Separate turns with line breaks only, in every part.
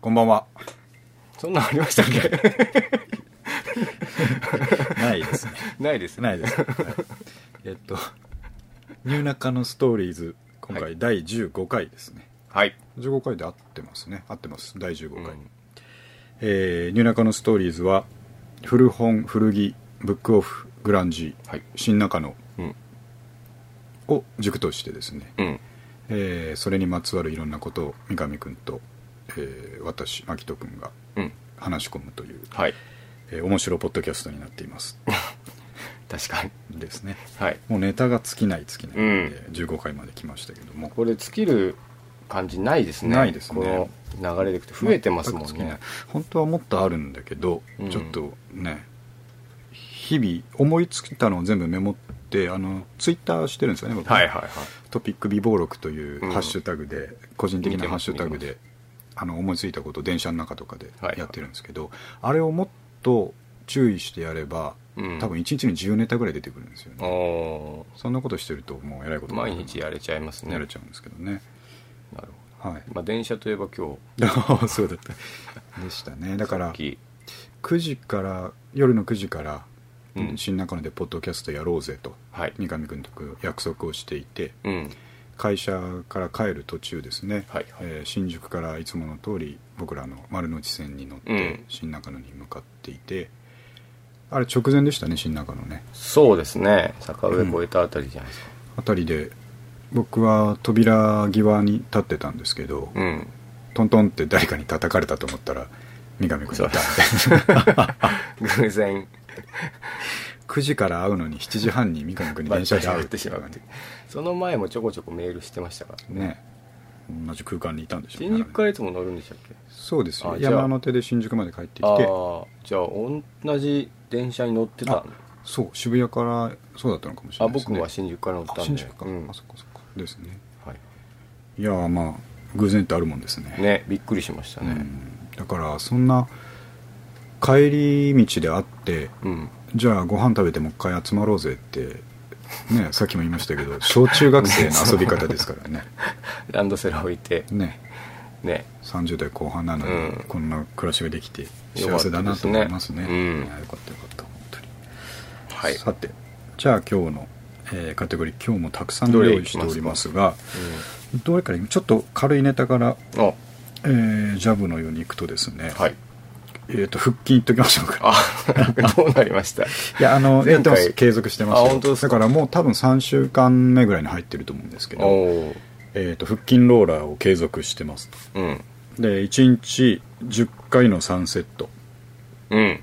こんばんは。
そんなんありましたっけ
ないですね。
ないですね
ないです。はいえっと、ニューナカのストーリーズ、今
は
回第15回ですね。
はい、
15回で合ってますね。合ってます。第15
うん
回。えーニューナカのストーリーズは、古本、古着、ブックオフ、グランジ、
はい
新中野
うん
を軸としてですね、
うん
えーそれにまつわるいろんなことを三上君と、えー私、牧人君が
うん
話し込むという、
はい
えー面白ポッドキャストになっています。
確かに
ですね。
はい
もうネタが尽きない尽きない、
うん
えー15回まで来ましたけども
これ尽きる感じないですね
ないですね
この流れでいくと増えてますもん
全く尽きな
ね
い本当はもっとあるんだけど、
うん
ちょっとね日々思いついたのを全部メモってあのツイッターしてるんですよね僕
はいはいはい
トピック美貌録という
うん
ハッシュタグで、個人的
見て
なハ
ま
ッ
す
シュタグ
見
であの思いついたことを電車の中とかで
はいはい
やってるんですけど、あれをもっと注意してやれば、
うん
多分1日に10ネタぐらい出てくるんですよね
お
そんなことしてるともうえらいこ
ー
とになる
毎日やれちゃいますね
や
な
れ
る
ちゃうんですけどね
ほど
はい
まあ電車といえば今
ああ そうだったでしたねだ
日
か
さ
ら
っき
9時から夜の9時から、
うん
新中野でポッドキャストやろうぜと
はい
三上君と約束をしていて
うん
会社から帰る途中ですね、
はい
えー新宿からいつもの通り僕らの丸の内線に乗っ
う
て
ん
新中野に向かっていて、あれ直前でしたね新中野ね
そうですね坂上越えたあたりじゃないですか
辺りで僕は扉際に立ってたんですけど、
うん、
トントンって誰かに叩かれたと思ったら三上君
そう
がダンって
偶然
9時から会うのに7時半に三上君に電車で会う
ってしま うっていうその前もちょこちょこメールしてましたからね
ね同じ空間にいたんでしょうね
新宿からいつも乗るんでしたっけ
そうですよ
あじゃあ
山手で新宿まで帰ってき
ああ
て
ーじゃあ同じ電車に乗ってた
あそう渋谷からそうだったのかもしれ
あ
ないです
僕
ね
は新宿から乗ったんで
あ新宿か、
うん
あそっかそっかですね
はい
いやーまあ偶然ってあるもんですね
ねびっくりしました
う
ね
んだからそんな帰り道で会って
うん
じゃあご飯食べてもう一回集まろうぜってねさっきも言いましたけ ど小中学生の遊び方ですからね
ランドセル置いて
ね
ね
30代後半なのに、
うん
こんな暮らしができて幸せだなと思いますね
よかっ
い
たですねうん
やよかったよかった本当に、
はい
さてじゃあ今日の、えーカテゴリー今日もたくさん
ど
用
れ
意しておりますが
う
どれからちょっと軽いネタから、
んあ
えージャブのようにいくとですね、
はい
えー、と腹筋いっときましょうか
あ どうなりました
いやあの
前回
やってます継続してますよ
あ本当ですか
だからもう多分3週間目ぐらいに入ってると思うんですけ
お
ど、
おー
えー、と腹筋ローラーを継続してますと
うん
で1日10回の3セット
うん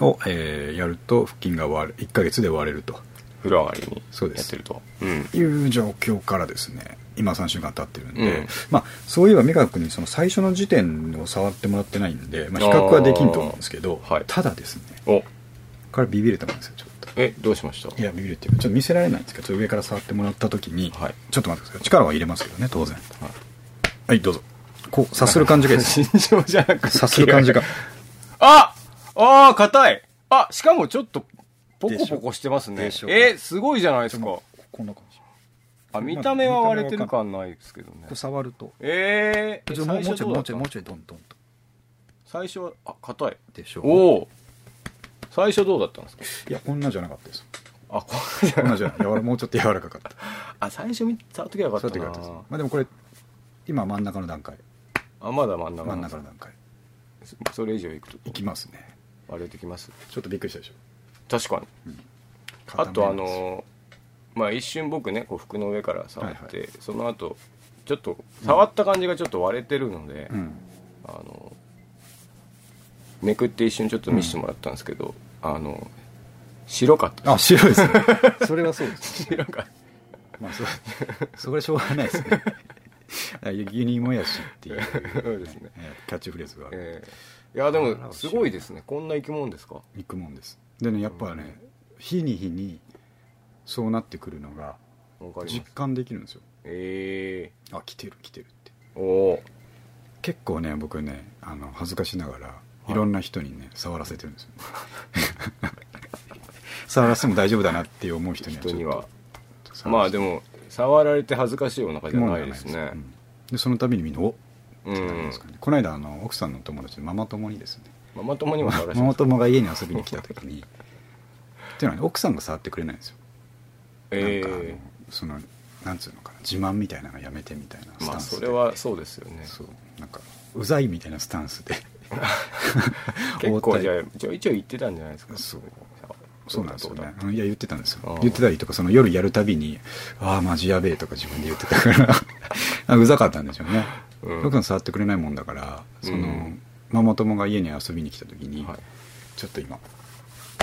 を、えーやると腹筋が割れ1ヶ月で割れると
風呂上がりに
そうで
やっ
す
てるとうん
いう状況からですね今3週間経ってるんで、
うん
まあ、そういえば三上君にその最初の時点を触ってもらってないんで、まあ、比較はできんと思うんですけど、
あーはい
ただですね
お
これビビれたんですよちょっと
えどうしました
いやビビるっていうかちょっと見せられないんですけどちょっと上から触ってもらった時に、
はい
ちょっと待ってください力は入れますけどね当然
はい
はいどうぞこうさする感じがいい です
慎重じゃなくて
さする感じが
あああ硬いあしかもちょっとポコポコしてますね
でしょ
えすごいじゃないですか
こんな感じ
あ見た目は割れてる感ないですけどね
こう触ると
えー、
ちょもうもうちょいもうちょい
い
もうちょいどんどんと
最初はあ硬い
でしょう
おお最初どうだったんですか
いやこんなじゃなかったです
あこうじゃ
こんなじゃない柔らもうちょっ と柔らかかった
あ最初見触っときゃよかった
そうやって
な
書いてますまあでもこれ今真ん中の段階
あまだ真ん中
真
な
中
んんです
の段階
それ以上いくと
いきますね
割れてきます
ちょっとびっくりしたでしょ
確かにあとあのーまあ一瞬僕ねこう服の上から触って、
はいは
その後ちょっと触った感じがちょっと割れてるので、
うん
あのーめくって一瞬ちょっと見せてもらったんですけど、あのー白かった
あ白いですね それはそうです
白かっ
まあそそこはしょうがない ですね雪にもやしっていう
たそうですね、
えーキャッチフレーズがある
えーいやでもすごいですねこんな生き物ですか
いくもんですでねやっぱね日に日にそうなってくるのが
わかり
実
ます
感できるんですよ
え
あ来てる来てるって
ー、おー
結構ね僕ねあの恥ずかしながらいろんな人にね触らせてるんですよ 触らせても大丈夫だなって思う人には
人には
ちょっと
まあでも触られて恥ずかしいお腹じゃ
も
ないですね
でその度にみんな「おってなりますかね、この間あの奥さんの友達のママ友にですね
ママ友にも触らせ
ママ友が家に遊びに来た時にっていうのはね奥さんが触ってくれないんですよなんかあの
え
そのなんつうのかな自慢みたいなのやめてみたいな
え
ス
ま
タ
あ
ンス
そ
で、
れはそうですよね
そうなんかうざいみたいなスタンスで
結構じゃ
覆っ
あちょいちょい言ってたんじゃないですか
そう
あ
たそうなんですよ
どうだ
ね
どうだ
うんいや言ってたんです
あ
よ
あ
言ってたりとかその夜やるたびに「ああマジやべえ」とか自分で言ってたから うざかったんでしょうね、
うん
よく触ってくれないもんだからその、
うん
ママ友が家に遊びに来た時に、
はい
ちょっと今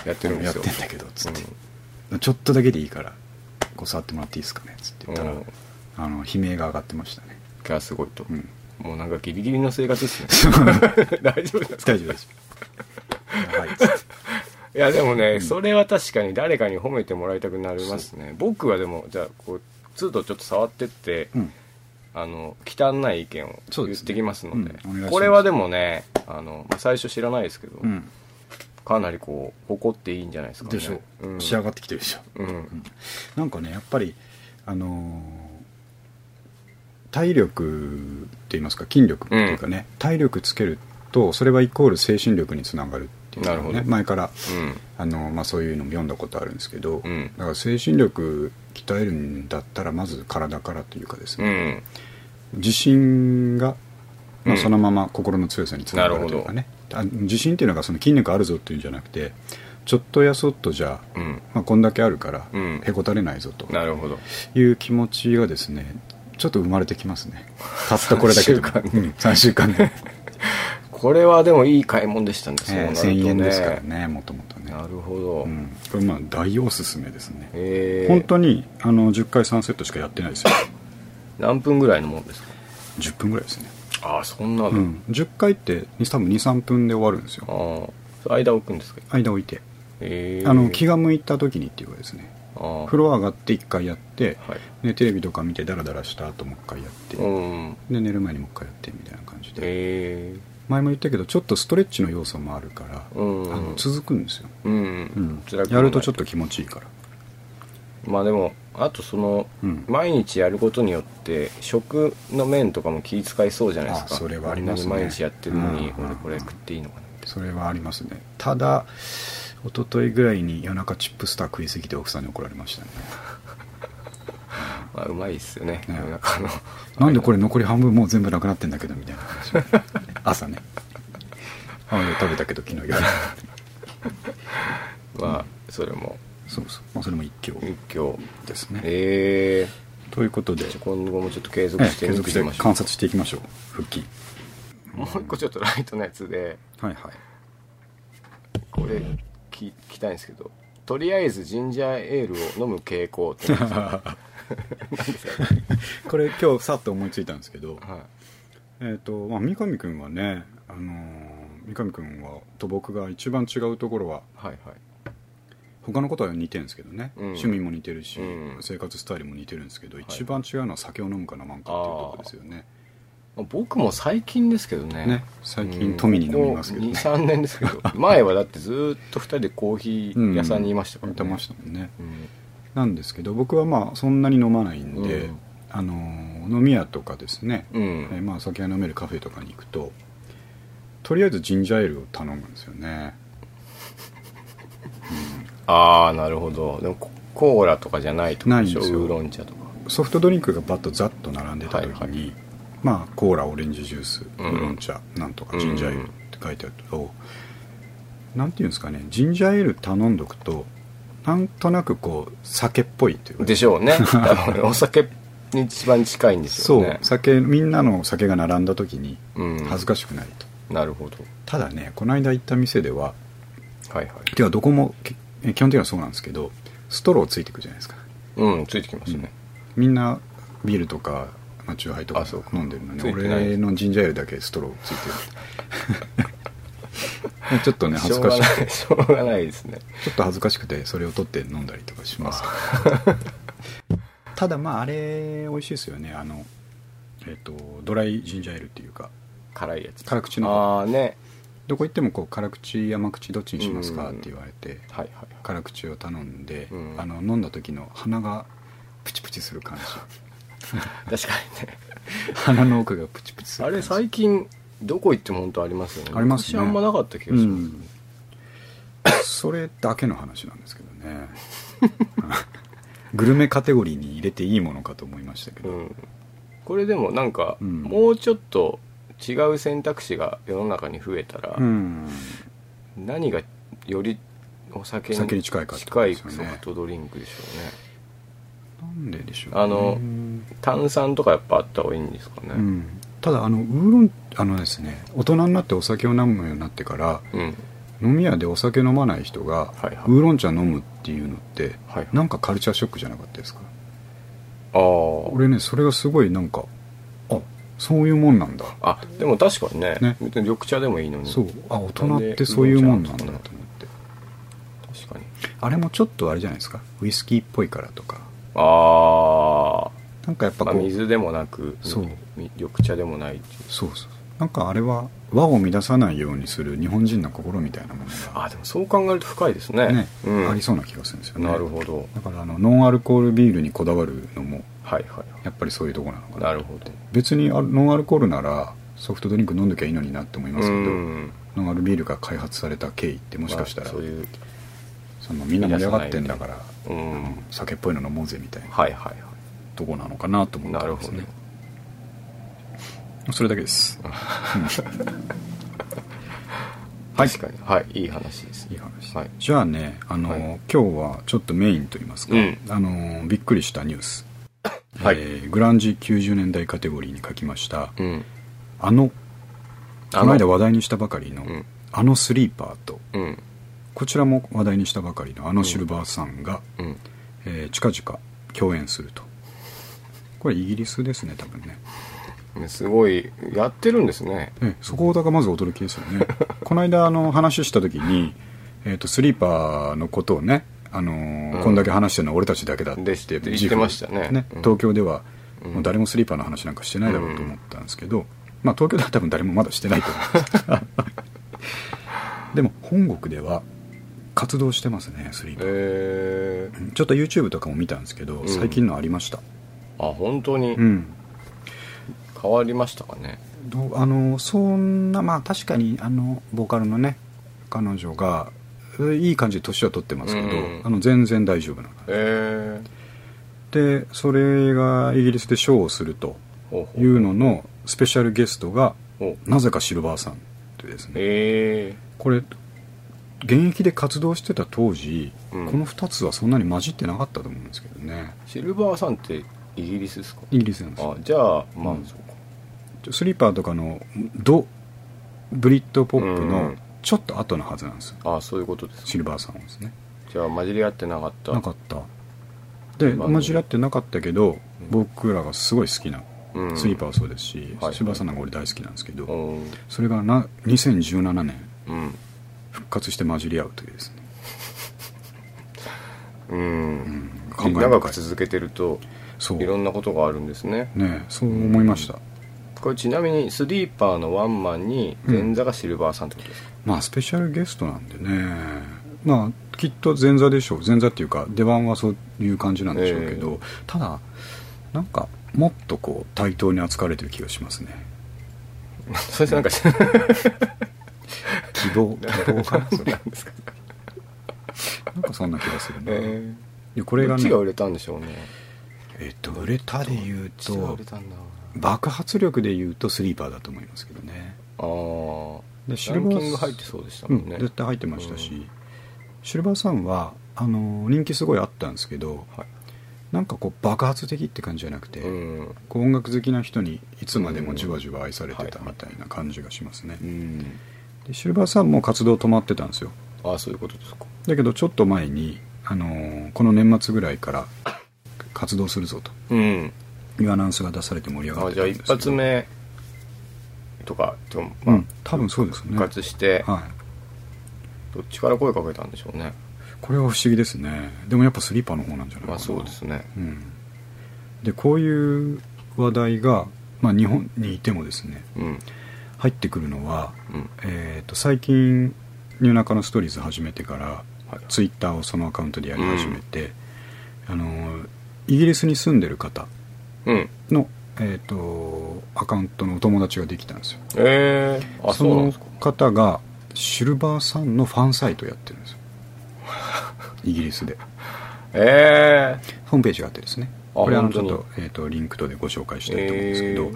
やってるんですよ
やってんだけどつって
うん
ちょっとだけでいいからこう触ってもらっていいですかねっつって言ったら、
うん
あの悲鳴が上がってましたね
がすごいと、
うん
もうなんかギリギリの生活ですね大丈夫ですか
大丈夫ですやばいっつって
いやでもね、
うん
それは確かに誰かに褒めてもらいたくなりますね僕はでもじゃあこうツーとちょっと触ってって、
うん
あの汚い意見を
そうで
言っ
すね
てきますの
う
で
んお願いします
これはでもねあの、まあ最初知らないですけど、
うん
かなりこう誇っていいんじゃないですかね
でしょ、
うん、
仕上がってきてるでしょ
うん
なんかねやっぱりあのー体力って言いますか筋力っていうかね、体力つけるとそれはイコール精神力につながるっていうの
なる
を
ほど
ね前から
うん
あの、まあ、そういうのも読んだことあるんですけど、
うん
だから精神力鍛えるんだったらまず体からというかです
う
ね、
ん
自信が、ま
う
あ、
ん
そのまま心の強さにつながるというかね、あ自信っていうのがその筋肉あるぞっていうんじゃなくてちょっとやそっとじゃ、
うん
まあ、こんだけあるから
うん
へこたれないぞと
なるほど
いう気持ちがですねちょっと生まれてきますねたったこれだけでも
三週間で
うん3週間で、
これはでもいい買い物でしたね、 そうな
えー
るとね
1000円ですからねもともとね
なるほど、
うん、これまあ大おすすめですね
えー
本当にあの10回3セットしかやってない ですよ
何分ぐらいのもんですか
10分ぐらいですね、
ああそんなの、
うん、10回ってに多分23分で終わるんです
あ
よ
あそれ間置くんですか
間置いて、
ええ
あの気が向いた時にっていうかですね
ああ
風呂上がって1回やって、
はい
でテレビとか見てダラダラした後もう1回やって、
うん
で寝る前にもう1回やってみたいな感じで、
え
前も言ったけどちょっとストレッチの要素もあるから、
えうん
あの続くんですよ、
うん、
うん
辛くもない
やるとちょっと気持ちいいから
まあでもあとその、
うん
毎日やることによって食の面とかも気遣いそうじゃないですか
あそれはありますね
こんなに毎日やってるのに、
うんうんうん
俺これ食っていいのかな
それはありますねただ一昨日ぐらいに夜中チップスター食いすぎて奥さんに怒られましたね
まあうまいっすよね、
ね
世の中の
なんでこれ残り半分もう全部なくなってんだけどみたいな話朝 ねあいや食べたけど昨日夜
まあそれも
そうそう、まあ、それも一興
一挙
ですね
え
ということで
えじゃあ今後もちょっと継続
え
し
え
て
継
見
続
て
し
み
て
ましょう
観察していきましょう腹筋
もう一個ちょっとライトなやつで
はいはい
これ聞聞きたいんですけどとりあえずジンジャーエールを飲む傾向っ てなんですか
これ今日さっと思いついたんですけど
は
えっと、まあ、三上君はね、あのー三上君はと僕が一番違うところはい
はいはい
他のことは似てるんですけどね、
うん
趣味も似てるし、
うん
生活スタイルも似てるんですけど、一番違うのは酒を飲むか飲まんかっていうところですよね
まあ僕も最近ですけどね
ね最近富に飲みますけどね
23年です けど前はだってずーっと2人でコーヒー屋さんにいましたから、
言
ね
ってましたもんね
うん
なんですけど僕はまあそんなに飲まないんで、
うん
あのー飲み屋とかですね、
うん、
えーまあ、酒が飲めるカフェとかに行くととりあえずジンジャーエールを頼むんですよね
ああなるほどでもココーラとかじゃないとか
ないんですよ
ウーロン茶とか
ソフトドリンクがバッとざっと並んでた時に、
はいはい
まあコーラオレンジジュースウ
うん
ーロン茶、なんと
う
か
ん
ジンジャーエールって書いてあると、なんていうんですかねジンジャーエール頼んどくとなんとなくこう酒っぽいというか
でしょう ね多分お酒に一番近いんです
そ
よ
う、
ね
酒みんなの酒が並んだ時に
うん
恥ずかしくないと、
なるほど
ただねこの間行った店では
はいはい
てかどこもき基本的にはそうなんですけどストローついてくるじゃないですか
うんついてきますね、
みんなビールとか、まあ、チューハイと
あ
か
そうか
飲んでるのに
ついてない
俺のジンジャーエールだけストローついてる ちょっとね恥ずかしくて
しょうがないしょうがないですね
ちょっと恥ずかしくてそれを取って飲んだりとかし ますただまああれ美味しいですよねあのえっ、とドライジンジャーエールっていうか
辛いやつ
辛口の
ああね
どこ行ってもこう辛口甘口どっちにしますかって言われて
はいはい
辛口を頼んで、
うん
あの飲んだ時の鼻がプチプチする感じ
確かにね
鼻の奥がプチプチする
あれ
感じ
最近どこ行っても本当ありますよね
ありますね
昔あんまなかった気がします、
うんそれだけの話なんですけどね グルメカテゴリーに入れていいものかと思いましたけ
う
ど、
んこれでもなんか、
うん
もうちょっと違う選択肢が世の中に増えたら、
うん
何がよりお酒に
酒に近いかってこと
近
で
い
すよ
ソ
ね
フトドリンクでしょうね
なんででしょう、
あの
うん
炭酸とかやっぱあった方がいいんですかね
うんただあのウーロンあのですね大人になってお酒を飲むようになってから
うん、
飲み屋でお酒飲まない人が
はいはい
ウーロン茶飲むっていうのって
はい
なんかカルチャーショックじゃなかったですか
あー
俺ねそれがすごいなんかあそういうもんなんだ
あでも確かにね
ね
別に緑茶でもいいのに
そうあ大人ってそういうもんなんだと思って
確かに
あれもちょっとあれじゃないですかウイスキーっぽいからとか
あ
なんかやっ
あ、
ぱ
ま
こ
あ、
う、
水でもなく
そう
み緑茶でもないっていう
そうそうなんかあれは和を乱さないようにする日本人の心みたいなもの
あでもそう考えると深いですね
がね、
うん、
ありそうな気がするんですよね
なるほど
だからあのノンアルコールビールにこだわるのも
はいはいは
やっぱりそういうとこなのか
い
な
なるほど
別にあノンアルコールならソフトドリンク飲んどきゃいいのになって思いますけど、
うん
ノンアルビールが開発された経緯ってもしかしたら、
まあそういう
そのみんな盛り上がってんだから、
うん
あの酒っぽいの飲もうぜみたいな
はいはいは
とこなのかなと思
い
っ
な
た
る
んです
ほど
ねそれだけですはい
確かにはいいい話です
いい話、
はい
じゃあねあの、
はい
今日はちょっとメインと言いますか、
うん
あのびっくりしたニュース、
はい
えーグランジ90年代カテゴリーに書きました
うん
あの
あ
この間話題にしたばかりの、
うん
あのスリーパーと
うん
こちらも話題にしたばかりのあのシルバーさんが、
うん
えー近々共演するとこれイギリスですね多分ね、
ねすごいやってるんですね
ええそこがまず驚きですよね この間あの話した時に、えー、とスリーパーのことをね、あのー
うん
こんだけ話してるのは俺たちだけだって
でして言って
自負
ましたねうん
東京では
うん
もう誰もスリーパーの話なんかしてないだろうと思ったんですけど、まあ、東京では多分誰もまだしてないと思います でも本国では活動してますねスリーパー、
えー、
ちょっと YouTube とかも見たんですけど
ん
最近のありました
あ本当に
うん
変わりましたかね、
どうあのそんなまあ確かにあのボーカルのね彼女がういい感じで年は取ってますけど、
うん
あの全然大丈夫なの
えー、
でそれがイギリスでショーをすると
ほうほう
いうののスペシャルゲストが
ほう
なぜかシルバーさんというですね
え
これ現役で活動してた当時、
うん
この2つはそんなに混じってなかったと思うんですけどね
ー、シルバーさんってイギリスですか
イギリスなんですよ
あじゃあまあ、
うん
そうか
スリーパーとかのドブリッドポップ
う
の
ん
ちょっと後のはずなんですよ
あそういうことです
シルバーさんはですね
じゃあ混じり合ってなかった
なかったで
まあ
混じり合ってなかったけど、
ん
僕らがすごい好きな、
うん
スリーパーはそうですし、
はい
柴田さんなんか俺大好きなんですけど、
うん
それがな2017年
うん
復活して混じり合うというですね
うん、
考え
長
深
く
い
続けてると
そう
いろんなことがあるんですね
ねそう思いました、
これちなみにスリーパーのワンマンに前座がシルバーさんってことですか、
まあスペシャルゲストなんでねまあきっと前座でしょう前座っていうか出番はそういう感じなんでしょうけど、
え
ただなんかもっとこう対等に扱われてる気がしますね
それってなんかな
希 望希望かなそれ
んですか、
なんかそんな気がするね、
え
でこ
こ
れが
どっち
ね
が売れたんでしょうね
えっと売れたで言う
どっちが
と
売れたんだろうな
爆発力で言うとスリーパーだと思いますけどね
ああ
で
シルバーランキング入ってそうでした
う
もん
ん
ね、
絶対入ってました
う
しシルバーさんはあの人気すごいあったんですけど
はい
なんかこう爆発的って感じじゃなくて、
うん
こう音楽好きな人にいつまでもじわじわ愛されてたみたいな感じがしますね、
うん
でシルバーさんも活動止まってたんですよ
ああそういうことですか
だけどちょっと前にあのこの年末ぐらいから活動するぞと
うん
いうアナウンスが出されて盛り上がっ
あ
て
じ
た
ゃ
ん
あ
です
一
けど
発目とかちょ
う
まあ
ん、多分そうですね
復活して、
はい
どっちから声かけたんでしょうね
これは不思議ですねでもやっぱスリーパーの方なんじゃないかな
まあそうですね
うん、でこういう話題が、まあ、日本にいてもですね
うん
入ってくるのは、
うん
えー、と最近「ニューナカのストーリーズ」始めてから
はい
ツイッターをそのアカウントでやり始めて、あのイギリスに住んでる方
うん
のえっ、とアカウントのお友達ができたんですよ
えー、あ
そ
そうなん
の
ですか
方がシルバーさんのファンサイトやってるんですよイギリスで
え
ホームページがあってですね
あ
これあの
本
ち
当
ょっ
に
と,、えー、とリンクとでご紹介したいと思うんですけど、
え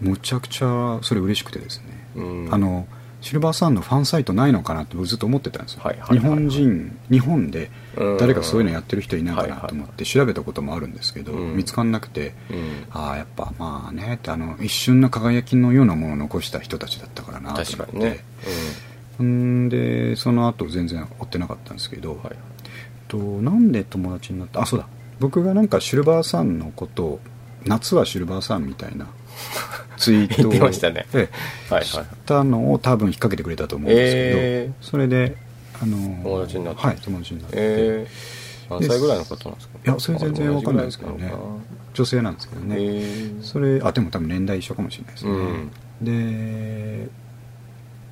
むちゃくちゃそれ嬉しくてですね、
えうん
あのシルバーさんのファンサイトないのかなって僕ずっと思ってたんですよ、
はいはいはいはい
日本人日本で
うん
誰かそういうのやってる人いないかなと
はい
思
は
っ
い
て調べたこともあるんですけど、
うん
見つかんなくて、
うん
ああやっぱまあねってあの一瞬の輝きのようなものを残した人たちだったからなと思って
確かにね、
んでその後全然追ってなかったんですけど、
うんはい、
となんで友達になったあそうだ僕がなんかシルバーさんのことを夏はシルバーさんみたいなツイートを
言ってましたね
ええ
はいはい
知ったのを多分引っ掛けてくれたと思うんですけど、
えー
それであのー
友達になった
はい友達になって、
えー、何歳ぐらいの方なんですか
いやそれ全然わかんないですけどね女性なんですけど
ね
ね、
えー、
それあでも多分年代一緒かもしれないですね、
うん
で、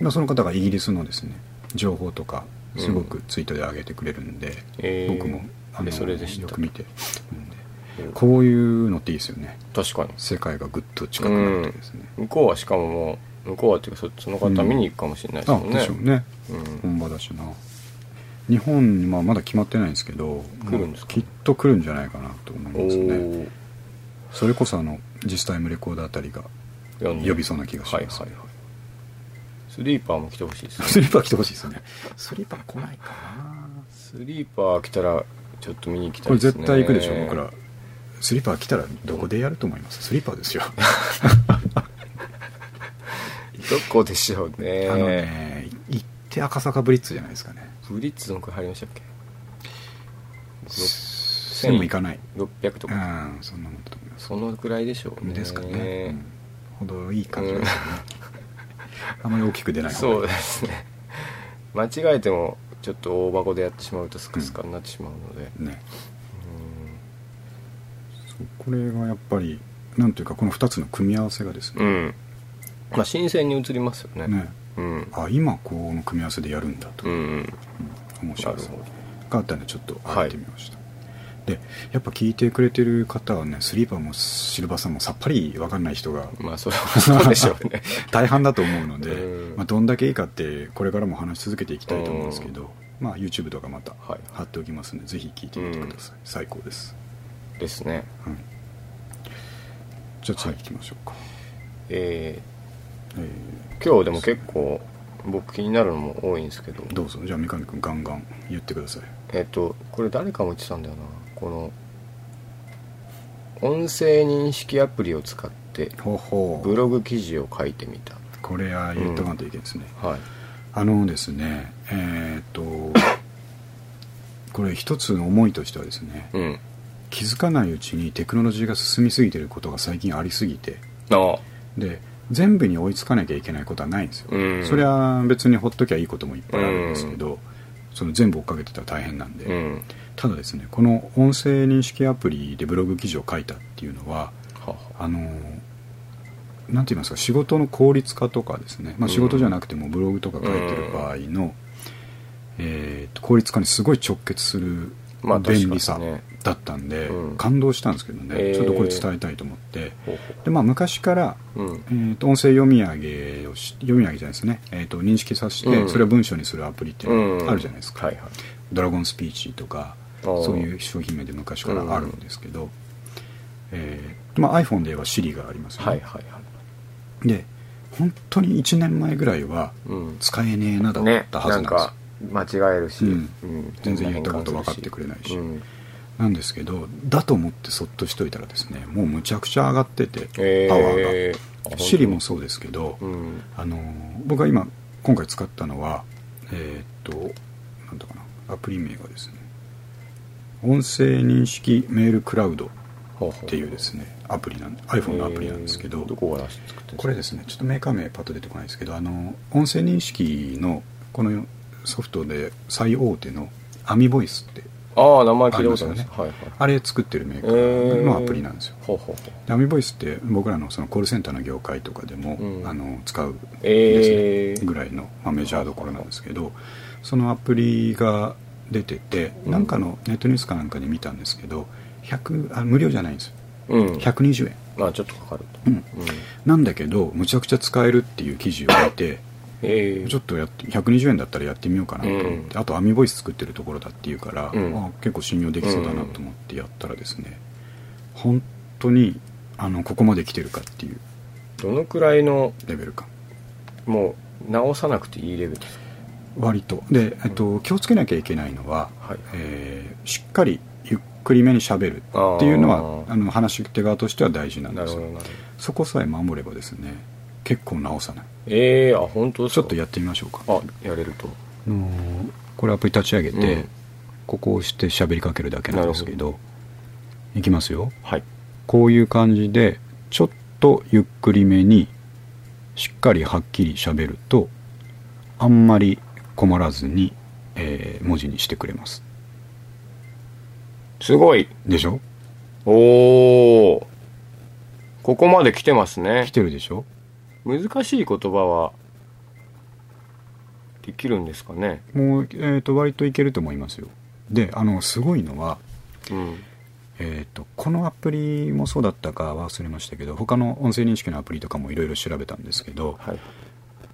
まあ、その方がイギリスのですね情報とかすごくツイートで上げてくれるんで、
えー
僕もあの
でそれで知った
よく見てうんで
うん
こういうのっていいですよね
確かに
世界がぐっと近くなってですね、
向こうはしかももう向こうはっていうかそっちの方見に行くかもしれないです
あ
もんね、うん、
でしょうね、
うん
本場だしな日本にまあまだ決まってないんですけど
来るんです
ま
か
あきっと来るんじゃないかなと思いますね
おー
それこそあの実際ムレコードあたりが
呼んで
呼びそうな気がします、
はいはいはいスリーパーも来てほしいですね
スリーパー来てほしいですねスリーパー来ないかな
スリーパー来たらちょっと見に行きた
こ
い
れ
ですね
絶対行くでしょ僕らスリーパー来たらどこでやると思いますスリーパーです よ
どこでしょうね
あのね行って赤坂ブリッツじゃないですかね
ブリッツのくらい入りましたっけ
1000も行かない
600と
う
か、
んそんなもんだと思います
そのくらいでしょうね
ですかね、うん、ほどいい感じですよね、あまり大きく出ない
そう
う
ですね間違えてもちょっと大箱でやってしまうとスカスカになってしまうので、
ねそうこれがやっぱりなんというかこの2つの組み合わせがです
う
ね,、
ん、まあ新鮮に映りますよね
ね
うん
あ今この組み合わせでやるんだと、
うんうん
うん面白いですねがあったんでちょっと
は
会
い
ってみました、でやっぱ聞いてくれてる方はねスリーパーもシルバーさんもさっぱり分かんない人が
まあそれはそうでしょうね
大半だと思うので、
うん
まあ、どんだけいいかってこれからも話し続けていきたいと思うんですけど、まあ、YouTube とかまた
はい
貼っておきますのでぜひ聞いてみてください、最高です、
ですね
うんじゃあ次行きましょうか、
え
え
ー今日でも結構僕気になるのも多いんですけど
ーどうぞじゃあ三上君ガンガン言ってください
えっとこれ誰かも言ってたんだよなこの音声認識アプリを使って
ほうほ
ブログ記事を書いてみた
これは言っとかんといけんですね、
はい
あのですねえーっと これ一つの思いとしてはですね
うん
気づかないうちにテクノロジーが進みすぎてることが最近ありすぎて
ああ
で全部に追いつかなきゃいけないことはないんですよ、
うん
それは別にほっときゃいいこともいっぱいあるんですけど、その全部追っかけてたら大変なんで、
うん
ただですねこの音声認識アプリでブログ記事を書いたっていうのは
はは
あのなんて言いますか仕事の効率化とかですね、まあ、
うん
仕事じゃなくてもブログとか書いてる場合の、えーと効率化にすごい直結する
まあ
便利さ
確かにね
だったんで、
うん
感動したんですけどね、
えー
ちょっとこれ伝えたいと思って
ほう
で、まあ、昔から、
ほううん
えーと音声読み上げをし読み上げじゃないですね、えーと認識させて、
うん
それを文章にするアプリっていうのがあるじゃないですか、
うんはいはい
ドラゴンスピーチとか
あー
そういう商品名で昔からあるんですけど、えーまあ、iPhone では Siri がありますよね、
はいはいはい
で本当に1年前ぐらいは
うん
使えねえなだ
ね
ったはず
な
なん
ん
ですよ
か間違えるし、
うん
うん
全然言ったこと分かってくれないし
うん
なんですけどだと思ってそっとしといたらですねもうむちゃくちゃ上がってて、
えー
パワ
あ
ー
本
が
当
Siri もそうですけど、
うん
あのー僕が今今回使ったのはえーっとなんだかなアプリ名がですね音声認識メールクラウドっ
ほうほう
ていうですねアプリなん iPhone のアプリなんですけど、
えーどこから作ってるんですか
これですねちょっとメーカー名パッと出てこないですけどあの音声認識のこのソフトで最大手のアミボイスって
ああ名前聞いたことあり
あ
ます
ります
はいはい
あれ作ってるメーカ
え
ー
ー
のアプリなんですよ、
ほうほうほう
でアミボイスって僕らのそのコールセンターの業界とかでも、
うん
あの使う
えー
ぐらいの、まあ、メジャーどころなんですけどそのアプリが出てて、
うん
なんかのネットニュースかなんかで見たんですけど100あ無料じゃないんですよ
うん
120円
まあちょっとかかると、
うんなんだけどむちゃくちゃ使えるっていう記事を見て
ええ
ちょっとやって120円だったらやってみようかなと思って、
うん
あとアミボイス作ってるところだっていうから、
うん
あ結構信用できそうだなと思ってやったらですね、本当にあのここまで来てるかっていう
どのくらいの
レベル感
もう直さなくていいレベルですか
割とで、えっと、気をつけなきゃいけないのは、
はい
えーしっかりゆっくりめにしゃべるっていうのは
あー
あの話し手側としては大事なんで
なる
す
ほど
よ
なるほど
そこさえ守ればですね結構直さない
ええあ本当です
ちょ
か
っとやってみましょうか
あやれると
あのーこれアプリ立ち上げて、
うん
ここを押して喋りかけるだけなんですけ
な
どいきますよ
はい
こういう感じでちょっとゆっくりめにしっかりはっきり喋るとあんまり困らずに、えー文字にしてくれます
すごい
でしょ
おおここまで来てますね
来てるでしょ
難しい言葉はできるんですかね
もう、えー、と割といけると思いますよであのすごいのは、
うん
えー、とこのアプリもそうだったか忘れましたけど他の音声認識のアプリとかもいろいろ調べたんですけど、
はい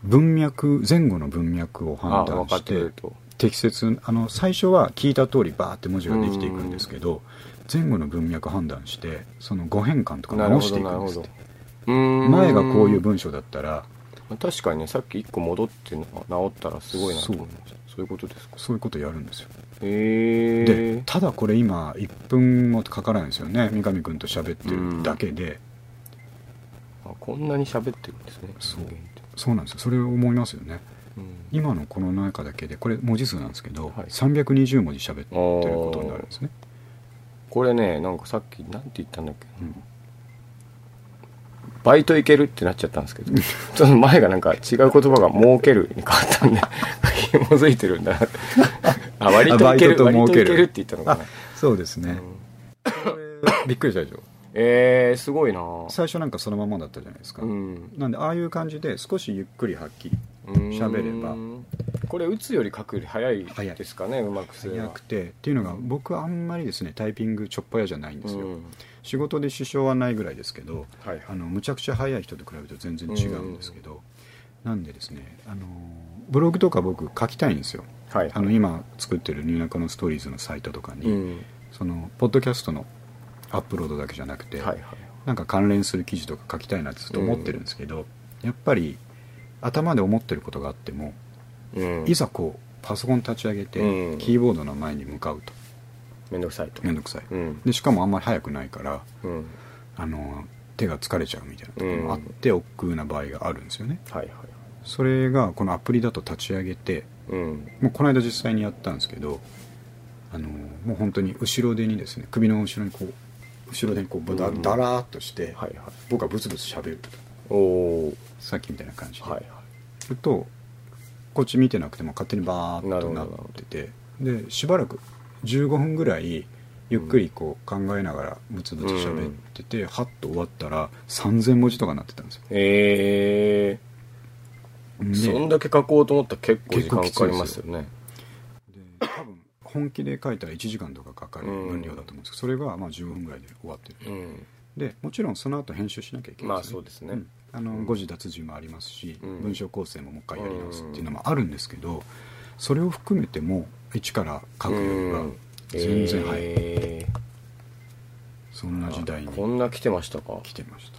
文脈前後の文脈を
あ
判
分
断
か
し
ってくれる
て
と
適切あの最初は聞いた通りバーって文字ができていくんですけど前後の文脈判断してその語変換とか
なる
直
ほ
して
ど
いく
なる
んで
ほ
すっ
ど
て
うーん
前がこういう文章だったら
確かにねさっき1個戻ってんのが直ったらすごいなと思いましたそういうことですか
そういうことやるんですよ
へ
で
え
ただこれ今1分もかからないんですよね三上君と喋ってるだけで
あこんなに喋ってるんですね
そう
人間って
そうなんですよそれを思いますよね
うん
今のこの中だけでこれ文字数なんですけど
はい
320文字喋ってることになるんですね
これねなんかさっきなんて言ったんだっけ
うん
バイト行けるってなっちゃったんですけど ちょっと前がなんか違う言葉が儲けるに変わったんで ひもづいてるんだ なあ割といけ
あ
る
バイトと儲
割
ける
といけるって言ったのかな、
そうですね、
うん
びっくりしたでしょ
えー、すごいなぁ
最初なんかそのままだったじゃないですか、
うん
なんでああいう感じで少しゆっくりはっきり喋れば
うんこれ打つより書くより早いですかねうまくすれば
早くてっていうのが僕はあんまりですねタイピングちょっぱやじゃないんですよ、
うん
仕事で支障はないぐらいですけど
はいは
あ
い
のむちゃくちゃ早い人と比べると全然違うんですけど、なんでですねあのブログとか僕書きたいんですよ
はい
あの今作ってる「ニューナカのストーリーズ」のサイトとかに、
うん
そのポッドキャストのアップロードだけじゃなくて、
はいはい
なんか関連する記事とか書きたいなってずっと思ってるんですけど、やっぱり頭で思ってることがあっても
うん
いざこうパソコン立ち上げて
うん
キーボードの前に向かうと
めんどくさいと
面倒くさい
うん
でしかもあんまり早くないから
うん
あの手が疲れちゃうみたいなところもあって億劫な場合があるんですよね
はいはい
それがこのアプリだと立ち上げて
うん
もうこの間実際にやったんですけどあのもう本当に後ろ手にですね首の後ろにこう後ろ手にこうだ
うん
だらーっとして、
はいはい
僕はブツブツ喋ると
おおー
さっきみたいな感じで、
はいはい
するとこっち見てなくても勝手にバーッと
な
な
る
っ
ほどなるほ
ててでしばらく15分ぐらいゆっくりこう考えながらムツムツ喋ってて、はっと終わったら3000文字とかになってたんですよ
ええ
で
そんだけ書こうと思ったら結構時間かかりますよね
で多分本気で書いたら1時間とかかかる分量だと思うんですけど、それがまあ15分ぐらいで終わってる
うん
でもちろんその後編集しなきゃいけない
まあそうですね
んあの
ん
誤字脱字もありますし、
うん
文章構成ももう一回やり直すっていうのもあるんですけど、それを含めても一から書くよりは全然早い、
えー
そんな時代に
あこんな来てましたか
来てまし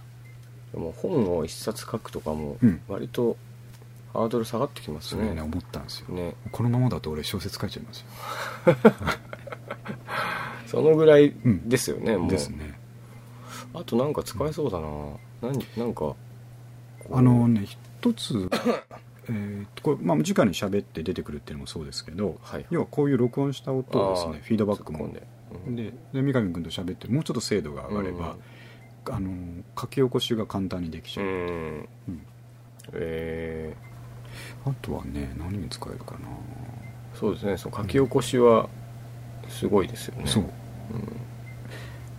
た
もう本を一冊書くとかも
うん
割とハードル下がってきます
それね
ね、
思ったんですよ、
ね
このままだと俺小説書いちゃいますよ
そのぐらい
うん
ですよね、もう
ですね
あとなんか使えそうだな、何なんかこう
あのね一つえーっとこれまあ直に喋って出てくるっていうのもそうですけど
はい
要はこういう録音した音をです
あ
ねフィードバック
突っ込
も
んで、うん
でで三上君と喋ってもうちょっと精度が上がれば、あの書き起こしが簡単にできち
う
ゃう、
ん
うん
え
あとはね何に使えるかな、
ーそうですねその書き起こしはすごいですよね
そう、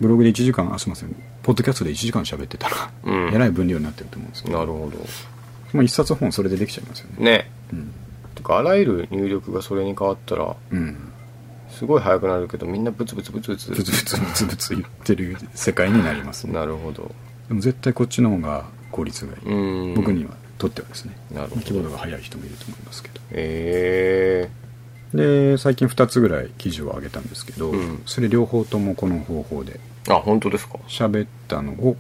ブログで1時間あすいませんポッドキャストで1時間喋ってたら、
うん、
えらい分量になってると思うんですけど、
なるほ
まあ、一冊本それでできちゃいますよ
ど
ね
ね
うん、
てかあらゆる入力がそれに変わったら
うん、
すごい速くなるけどみんなブツブツブツブツ
ブツブツブツブツ言ってる世界になりますね
なるほど
でも絶対こっちの方が効率がいい、
うん
僕にはとってはですね
なるほど
キーボードが速い人もいると思いますけど
え
で最近2つぐらい記事を上げたんですけど、
うん
それ両方ともこの方法で
えあ本当ですか、
喋ったのを、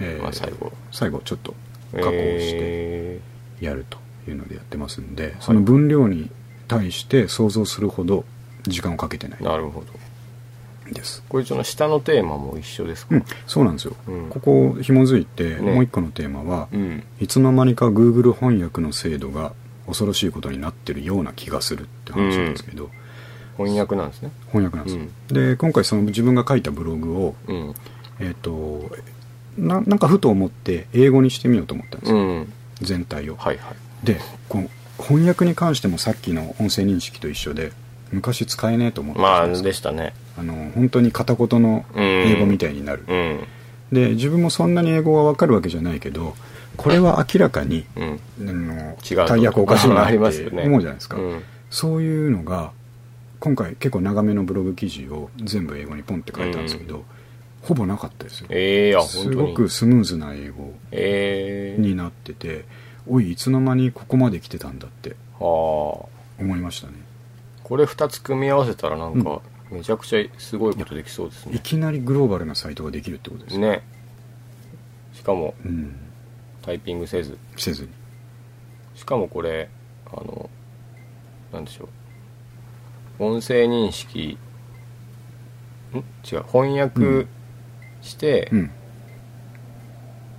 えー
あ最後
最後ちょっと加工して
え
やるというのでやってますんで、その分量に対して想像するほど時間をかけてない
ーなるほど
です、
これその下のテーマも一緒ですか
うん、そうなんですよ、
うん
ここ紐づいて、
ね
もう一個のテーマは、
うん
いつの間にか Google 翻訳の精度が恐ろしいことになってるような気がするって話なんですけど、
翻訳なんですね
翻訳なんですよ、で今回その自分が書いたブログを
うん
えっ、とななんかふと思って英語にしてみようと思ったんです
う
よ、
ん
全体を、
はいはい
でこの翻訳に関してもさっきの音声認識と一緒で昔使えねえと思って
ま
た
あ
んです
でしたね
あの本当に片言の英語みたいになる、
うん
で自分もそんなに英語はわかるわけじゃないけどこれは明らかに、
うん
あの
違う
大役おかしいなっ
あ
て
り
思う
ます
じ
よ
ゃ
ね
ないですか、
うん
そういうのが今回結構長めのブログ記事を全部英語にポンって書いたんですけど、ほぼなかったですよ
ええあ
す
本当
ご
に
くスムーズな英語
ええ
になってておいいつの間にここまで来てたんだって
はあ
思いましたね
これ2つ組み合わせたらなんかめちゃくちゃすごいことできそうです
い
ね、
きなりグローバルなサイトができるってことですよ
ねしかも
うん
タイピングせず
せずに
しかもこれあのなんでしょう音声認識ん違う翻
う
訳
ん
して
うん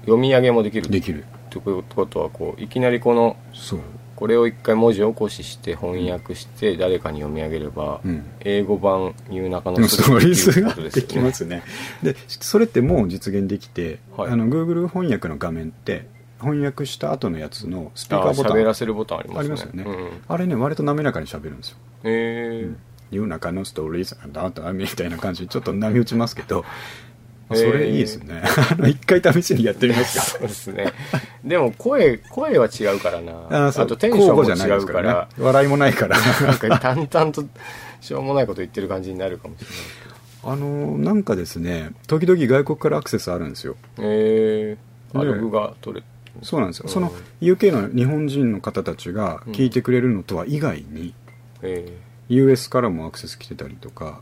読み上げもできる
できる
ってことはこういきなりこの
そう
これを一回文字起こしして翻訳して誰かに読み上げれば、
うん
英語版「夕中
でも
の
ストーリーズが
っていう
できますねでそれってもう実現できて、
はい
あの Google 翻訳の画面って翻訳した後のやつのスピーカ
あ
ーボタ
喋
ン
ら
あ
せるボタンありますね
りますよね、
うん
あれね割と滑らかに喋るんですよ
え
世の中のストーリーズあだだみたいな感じでちょっと波打ちますけど、そ
えー
れいいですねあの一回試しにやってみま
ー、
す
そうですねでも声声は違うからな
ーそう
とテンションも
交互じゃない
違
で
う
す
から
ね、笑いもないから
なんか淡々としょうもないこと言ってる感じになるかもし
あのなんかですね時々外国からアクセスあるんですよ
れないええー、
ね
アルグが取れ
そうなんですよ、
うん
その UK の日本人の方たちが聞いてくれるのとは以外に、
え
US からもアクセス来てたりとか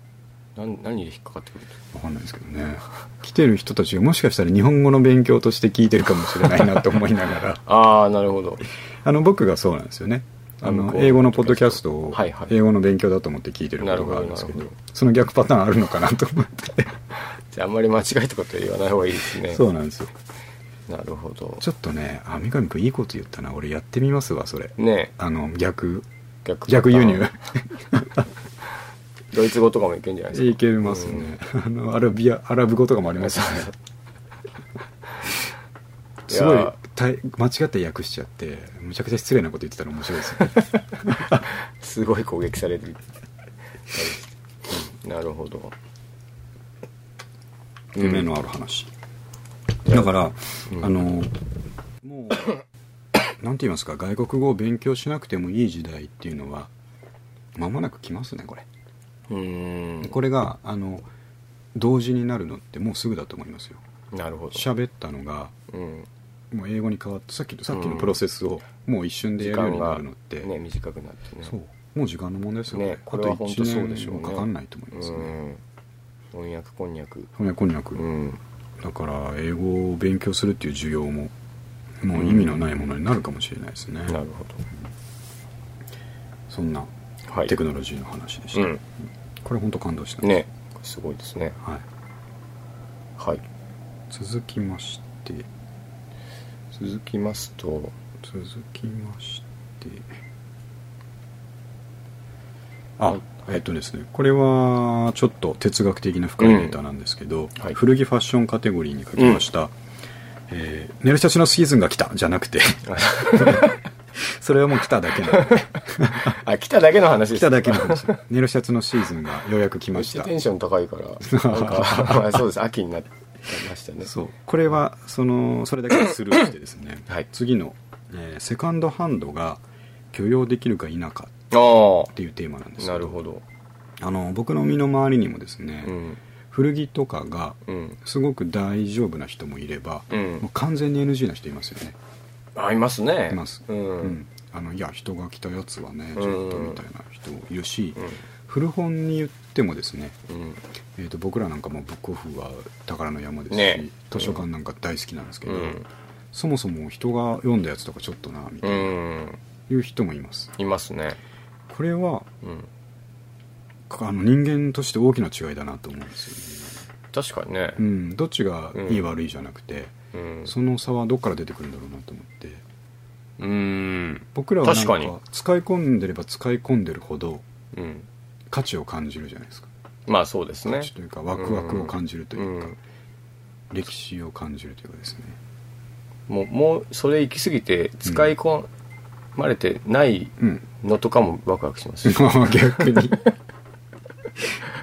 ー、なん何で引っかかってくるんですか
わかんないですけどね来てる人たちがもしかしたら日本語の勉強として聞いてるかもしれないなと思いながら
ああなるほど
あの僕がそうなんですよねあ
向
の
こうの
英語のポッドキャストを
はいはい
英語の勉強だと思って聞いてることがあるんですけど
なるほどなる
その逆パターンあるのかなと思って
じゃああんまり間違えたことは言わない方がいいですね
そうなんですよ
なるほど
ちょっとねあ三上君いいこと言ったな俺やってみますわそれ
ね
あの逆
逆
逆輸入
ドイツ語とかもいけんじゃないですか
いけますね、あのアラビアアラブ語とかもありますよね
そう
すご
い
い
や
大間違って訳しちゃってむちゃくちゃ失礼なこと言ってたら面白いですよね
すごい攻撃されてるなるほど
夢のある話、だから、あのもうなんて言いますか外国語を勉強しなくてもいい時代っていうのは間もなく来ますねこれ、
うーん
これがあの同時になるのってもうすぐだと思いますよ
なるほど、
喋ったのが
うん、
もう英語に変わってさっきのさっきのプロセスをもう一瞬で
時
やるよう
間
にな
が
るのって、
ね短くなってね
そうもう時間の問題ですよ
ねこれは本当そうでしょうね
あと1年もかかんないと思いますね、
うん翻訳こんにゃく
翻訳こんにゃく、
うん
だから英語を勉強するっていう需要ももう意味のないものになるかもしれないですね、
なるほ
そんな
どはい
テクノロジーの話でした、
うん
これ本当感動した、
ねすごいですね
はい、
はい
続きまして
続きます と
続きましてあ、
はい
えっとですねこれはちょっと哲学的な深いデータなんですけど、
はい
古着ファッションカテゴリーに書きました、えー寝る人たちのシーズンが来た」じゃなくて それはもう来ただけなので
あ来ただけの話です
来ただけの話寝るシャツのシーズンがようやく来
め
ま
っ
し
ちゃ
た
テンション高いからなんか、まあ、 そうです秋になってましたね
そうこれはそのそれだけスルーしてですね、
はい
次の、えーセカンドハンドが許容できるか否かっ
あ
ていうテーマなんで
あ
すけ
なる
ど
ほど、
あの僕の身の回りにもですね、
うん、
古着とかが
うん
すごく大丈夫な人もいれば、
うん
もう完全に NG な人いますよね
あいますね
います、
うん
うんあのいや人が着たやつはねち
うん
ょっとみたいな人もいるし、古本に言ってもですね、
うん
えー、と僕らなんかもブックオフは宝の山ですし、
ね
図書館なんか大好きなんですけど、
うん
そもそも人が読んだやつとかちょっとなみた
う
いな、
ん
いう人もいます
いますね
これは
うん
あの人間として大きな違いだなと思うんですよね
確かにね
うん、どっちがいい
うん
悪いじゃなくて、
うん
その差はどっから出てくるんだろうなと思って
うん
僕らはなん
確かに
か使い込んでれば使い込んでるほど
うん
価値を感じるじゃないですか、
まあそうです
価
ね
値というかワクワクを感じるというか、
うん
歴史を感じるというかですね
もうもうそれ行き過ぎて使い込まれてない
うん
のとかもワクワク しますし
逆に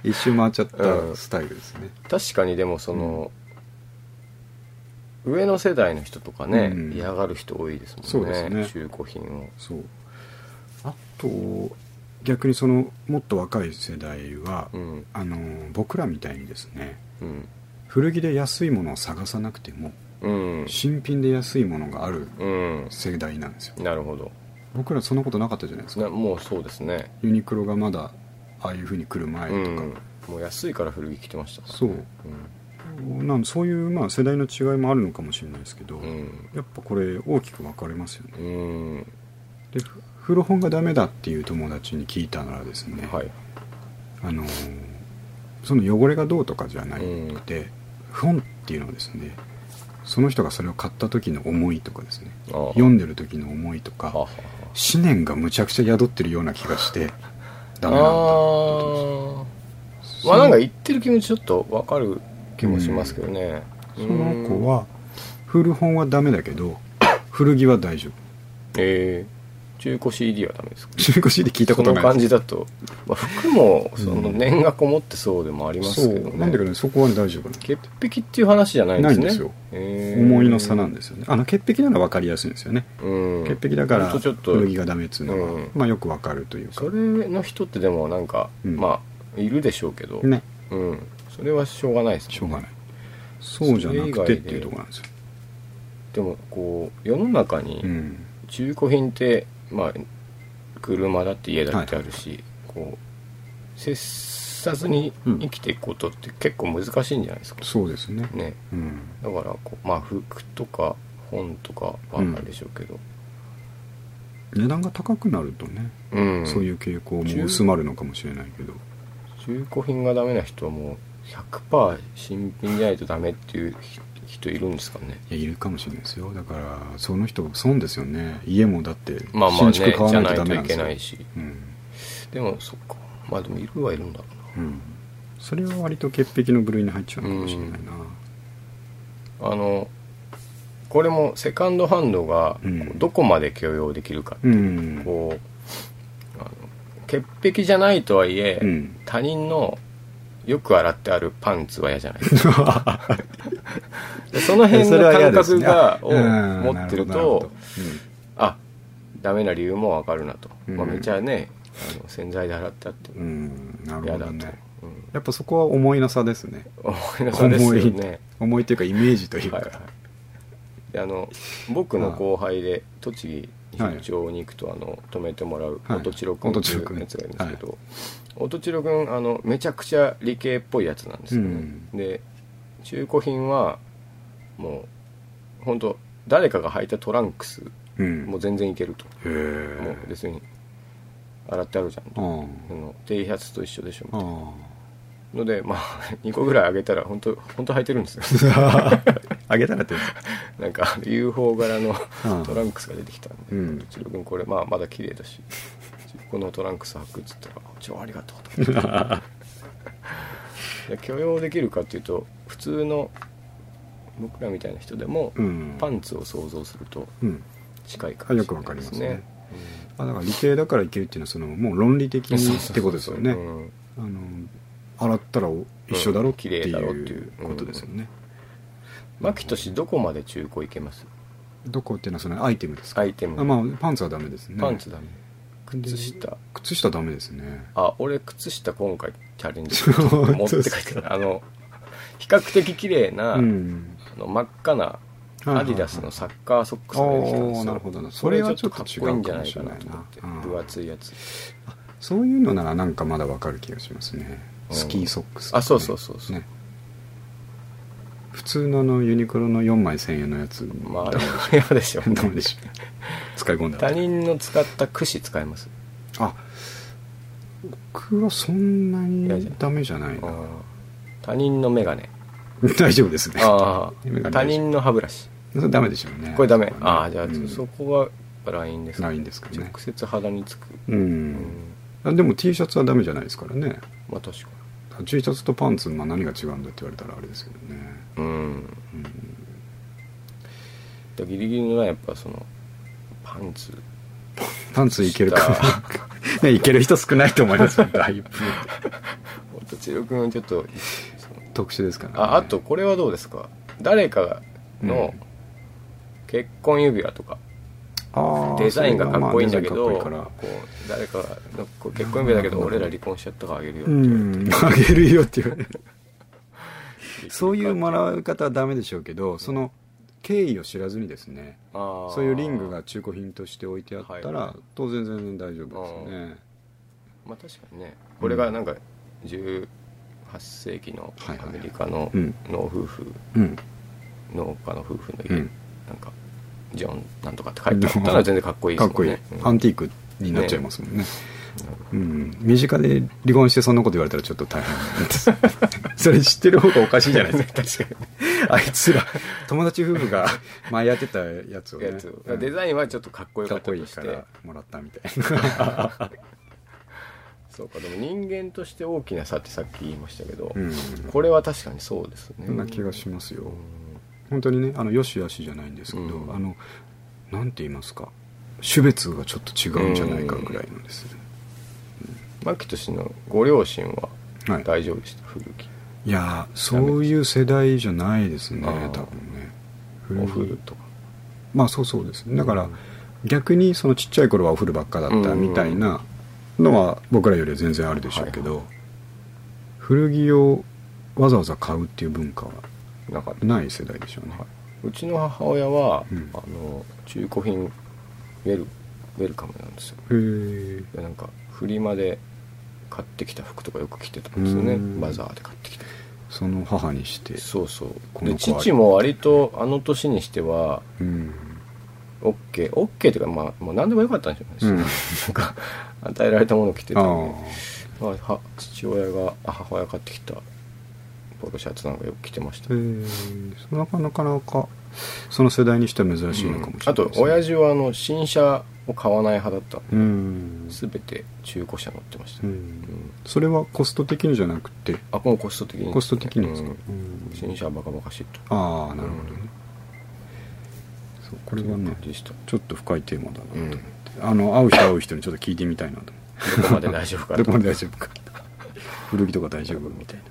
一周回っちゃったスタイルですね、
確かにでもその、上の世代の人とかね、
うん
嫌がる人多いです
そ
も
うんです
ね
ね
中古品を
そうあと逆にそのもっと若い世代は、
うん
あの僕らみたいにですね
うん
古着で安いものを探さなくても
うん、
新品で安いものがある
うん、
世代なんですよ
なるほど
僕らそんなことなかったじゃないですか
なもうそうですね
ユニクロがまだああいう風に来る前
う
とか、
んもう安いから古着着てましたから
そうなんそういうまあ世代の違いもあるのかもしれないですけど、
うん
やっぱこれ大きく分かれますよね
うん、うん、
でふ古本がダメだっていう友達に聞いたならですね、
はい
あのーその汚れがどうとかじゃなくて、本っていうのはですねその人がそれを買った時の思いとかですね
ああ
読んでる時の思いと
はあは
か思念がむちゃくちゃ宿ってるような気が してダ
あ
メなんだって
はあまあなんか言ってる気持ちちょっとわかる気もしますけどね、
その子は古本はダメだけ ど古着は大丈夫
えー、中古 CD はダメですか
中古 CD 聞いたことない
その
です
感じだと、まあ、服も
うん
その念がこもってそうでもありますけどね、
そうなんだけどねそこはね大丈夫なの
潔癖っていう話じゃないんですね
ないんですよ
えー
思いの差なんですよねあの潔癖なのは分かりやすいんですよね、
うん
潔癖だから
ほんとちょっと
古着がダメっつうのは、
うん
まあよく分かるというか
それの人ってでもなんか、
うん
まあいるでしょうけど、
ね
うんそれはしょうがないですね
しょうがないそうじゃなくてっていうところなんですよ、
でもこう世の中
う
に
ん、
中古品って、まあ車だって家だってあるし、こう切さずに生きていくことって結構難しいんじゃないですか、
そうですね
ね
うん
だからこうまあ服とか本とかはあるでしょうけど、
値段が高くなるとね、
うん
そういう傾向も薄まるのかもしれないけど
中古品がダメな人はもう100%新品じゃないとダメっていう人いるんですかね
いやいるかもしれないですよだからその人損ですよね家もだって
まあまあ
新
ね
築買わ
じゃ
な
ない
とダメない
いと
んで
け
すよ、
ないし
うん
でもそっかまあでもいるはいるんだろ
うん、それは割と潔癖の部類に入っちゃうのかもしれないな、
うなあのこれもセカンドハンドが
うん
こうどこまで許容できるか、
うん
こうあの潔癖じゃないとはいえ、
うん
他人のよく洗ってあるパンツは嫌 じゃないですかでその辺の感覚が、 を持ってるとあダメな理由もわかるなと、まあ、
うん
めちゃねあの洗剤で洗ってあって
うんなる
嫌
ほど
だと、
ね
うん
やっぱそこは思いの差ですね
思いなさですよ
思い
ね
思いというかイメージというか、
はいはいであの僕の後輩で栃木出張に行くと、あの泊めてもらう
はい
音千代君っていうやつがいるんですけど、
はい
音千代君あのめちゃくちゃ理系っぽいやつなんですよね、で中古品はもう本当誰かが履いたトランクス
うん
もう全然いけると、
へ
もう別に洗ってあるじゃんと、
ー
その低発と一緒でしょみ
あ
たいな
ー
のでまあ2 個ぐらいあげたら本当本当履いてるんですよ
あーあげたらって
なんか UFO 柄の
うん
トランクスが出てきたんで「
うん
うちの君これまあまだ綺麗だしこのトランクス履く」っつったら「超ありがとう」と思ってで許容できるかっていうと普通の僕らみたいな人でも、
うん
パンツを想像すると
うん
近い感じ
よくわかりますねあだから理系だからいけるっていうのはそのもう論理的にってことですよね
うん
あの洗ったらお一緒だろって
うん綺麗だろってい
いううことですよね、
牧俊どこまで中古いけます
どこっていうのはそのアイテムですか
アイテム
あまあパンツはダメですね
パンツダメ
で
靴下
靴下ダメですね
あ俺靴下今回チャレンジしようと思って帰ってきたあの比較的綺麗な、
うん
あの真っ赤な
はいはいはい
アディダスのサッカーソックスが出てきたんです
おー
よ
なるほどな
それはちょっとかっこいいんじゃないかな
そ
と
れ
思
は
って
ちょっと違うかもしれないなうん
分厚いやつ
そういうのならなんかまだわかる気がしますね
うん
スキーソックスとかね、
あそうそうそうそう、
ね普通のあのユニクロの4枚1000円のやつ
まああ
ダ
れ
メでし
は嫌でし ょ
ょダメでしょ使い込んだ
他人の使った櫛使います
あ僕はそんない
やじゃ
に
あ
ダメじゃないな
あー他人の眼鏡
大丈夫ですね
あ
眼
あ
鏡
他人の歯ブラシ
それダメでしょうね
これダ
そ
メ
こはね
ああじゃあ、
うん
そこがラインですか
ラインですかね
直接肌につく
う
うん、
んあでも T シャツはダメじゃないですからね
まあ確か
T シャツとパンツ、まあ、何が違うんだって言われたらあれですけどね
にうん
うん
だギリギリのラインやっぱそのパンツ
パンツいけるか ねいける人少ないと思い ますよだいぶ
本千代君ちょっとその
特殊ですからね
ああとこれはどうですか誰かの
うん
結婚指輪とか、
あー
デザインがかっこいいんだけ
そ
ど
れがまあ
こう誰かのこう結婚指輪だけど俺ら離婚しちゃったからあげるよって
デザイ
言われ
ン
て
かっこいいからうんあげるよって言われるそういうもらい方はダメでしょうけどその経緯を知らずにですね
あー
そういうリングが中古品として置いてあったら、
はい
当然全然大丈夫ですよね
まあ確かにねこれがなんか18世紀の
はいは
ア
い
メリカの
うん
農夫婦
うん
農家の夫婦の
う
家なん
ん
かジョンなんとかって書いてあったら全然かっこいいで
か
す
っこ
もん
いい、
ねうん
アンティークになっちゃいますもんねうん、身近で離婚してそんなこと言われたらちょっと大変です それ知ってる方がおかしいじゃないですか確かにあいつら友達夫婦が前やってたやつをね
やつをデザインはちょっとかっこよ
かっ
かった
こといい
し
か
て
らもらったみたいな
そうかでも人間として大きな差ってさっき言いましたけど、
うん
これは確かにそうですね
そんな気がしますよ本当にねあのよしよしじゃないんですけど、
うん
あのなんて言いますか種別がちょっと違うんじゃないかぐらいのですね、
マキト氏のご両親は
はい
大丈夫でした、古き
いやーそういう世代じゃないですね
あー
多分ね
お古とか
まあそうそうですねだから、
うん
逆にそのちっちゃい頃はお風呂ばっかだったみたいなのは僕らよりは全然あるでしょうけど、古着をわざわざ買うっていう文化は
なかった
ない世代でしょうね、
うちの母親は、
うん
あの中古品ウェルウェルカムなんですよ
へえ
でなんかフリマで買ってきた服とかよく着てたんですよね
うん
バザーで買ってきた
その母にして
そうそう
こ
で
の子は
父も割とあの年にしては
うん、
OK, OK っていうか、まあ、もう何でもよかったんです
う
よ、
ん
なんか与えられたものを着て
あ
た
あ
んでまあ、は父親があ母親が買ってきたポロシャツなんかよく着てました、
へえなかなかなかその世代にしては珍しいのかもしれな
あ
い
と
です、ね
親父はあの新車を買わない派だったんで
うん、
全て中古車乗ってました、
う、
うんん
それはコスト的にじゃなくて
あもうコスト的に
コスト的にですか、
う
う
ん
ん
新車はバカバカしいと
ああなるほどね、そうこれはね
感じでした
ちょっと深いテーマだなと思って、
うん
あの会う人会う人にちょっと聞いてみたいなと思
どこまで大丈夫
って
か
ど
と
こまで大丈夫か古着とか大丈夫みたいな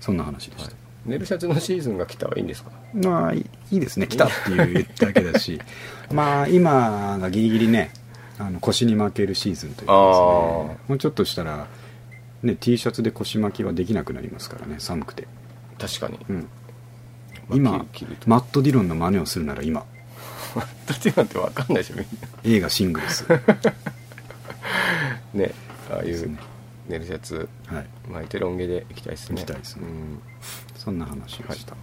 そんな話でし
はい
た、
ネルシャツのシーズンが来たはいいんですか
まあいいいですね来たっていうだけだ しまあ今がギリギリねあの腰に巻けるシーズンというかですねもうちょっとしたら、ね、T シャツで腰巻きはできなくなりますからね寒くて、
確かに、
うん、
まあ
今
着る着ると
マット・ディロンの真似をするなら今
だってなんて分かんないでしょみん
映画「シングルス」
なねああい
です
う
ね
ネルシャツ
はい、
巻いてロン毛で行きたいですね
行きたいですね
うん
そんな話でした、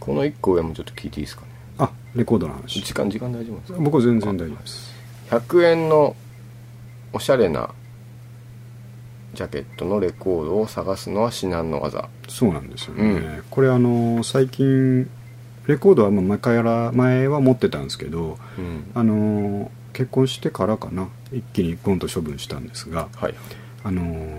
この1個上もちょっと聞いていいですかね
あレコードの話
時間時間大丈夫ですか
僕は全然大丈夫です
100円のおしゃれなジャケットのレコードを探すのは至難の技
そうなんですよね、
う
これあの最近レコードはまあ前から前は持ってたんですけど
うん
あの結婚してからかな一気にゴンと処分したんですが
はい
あの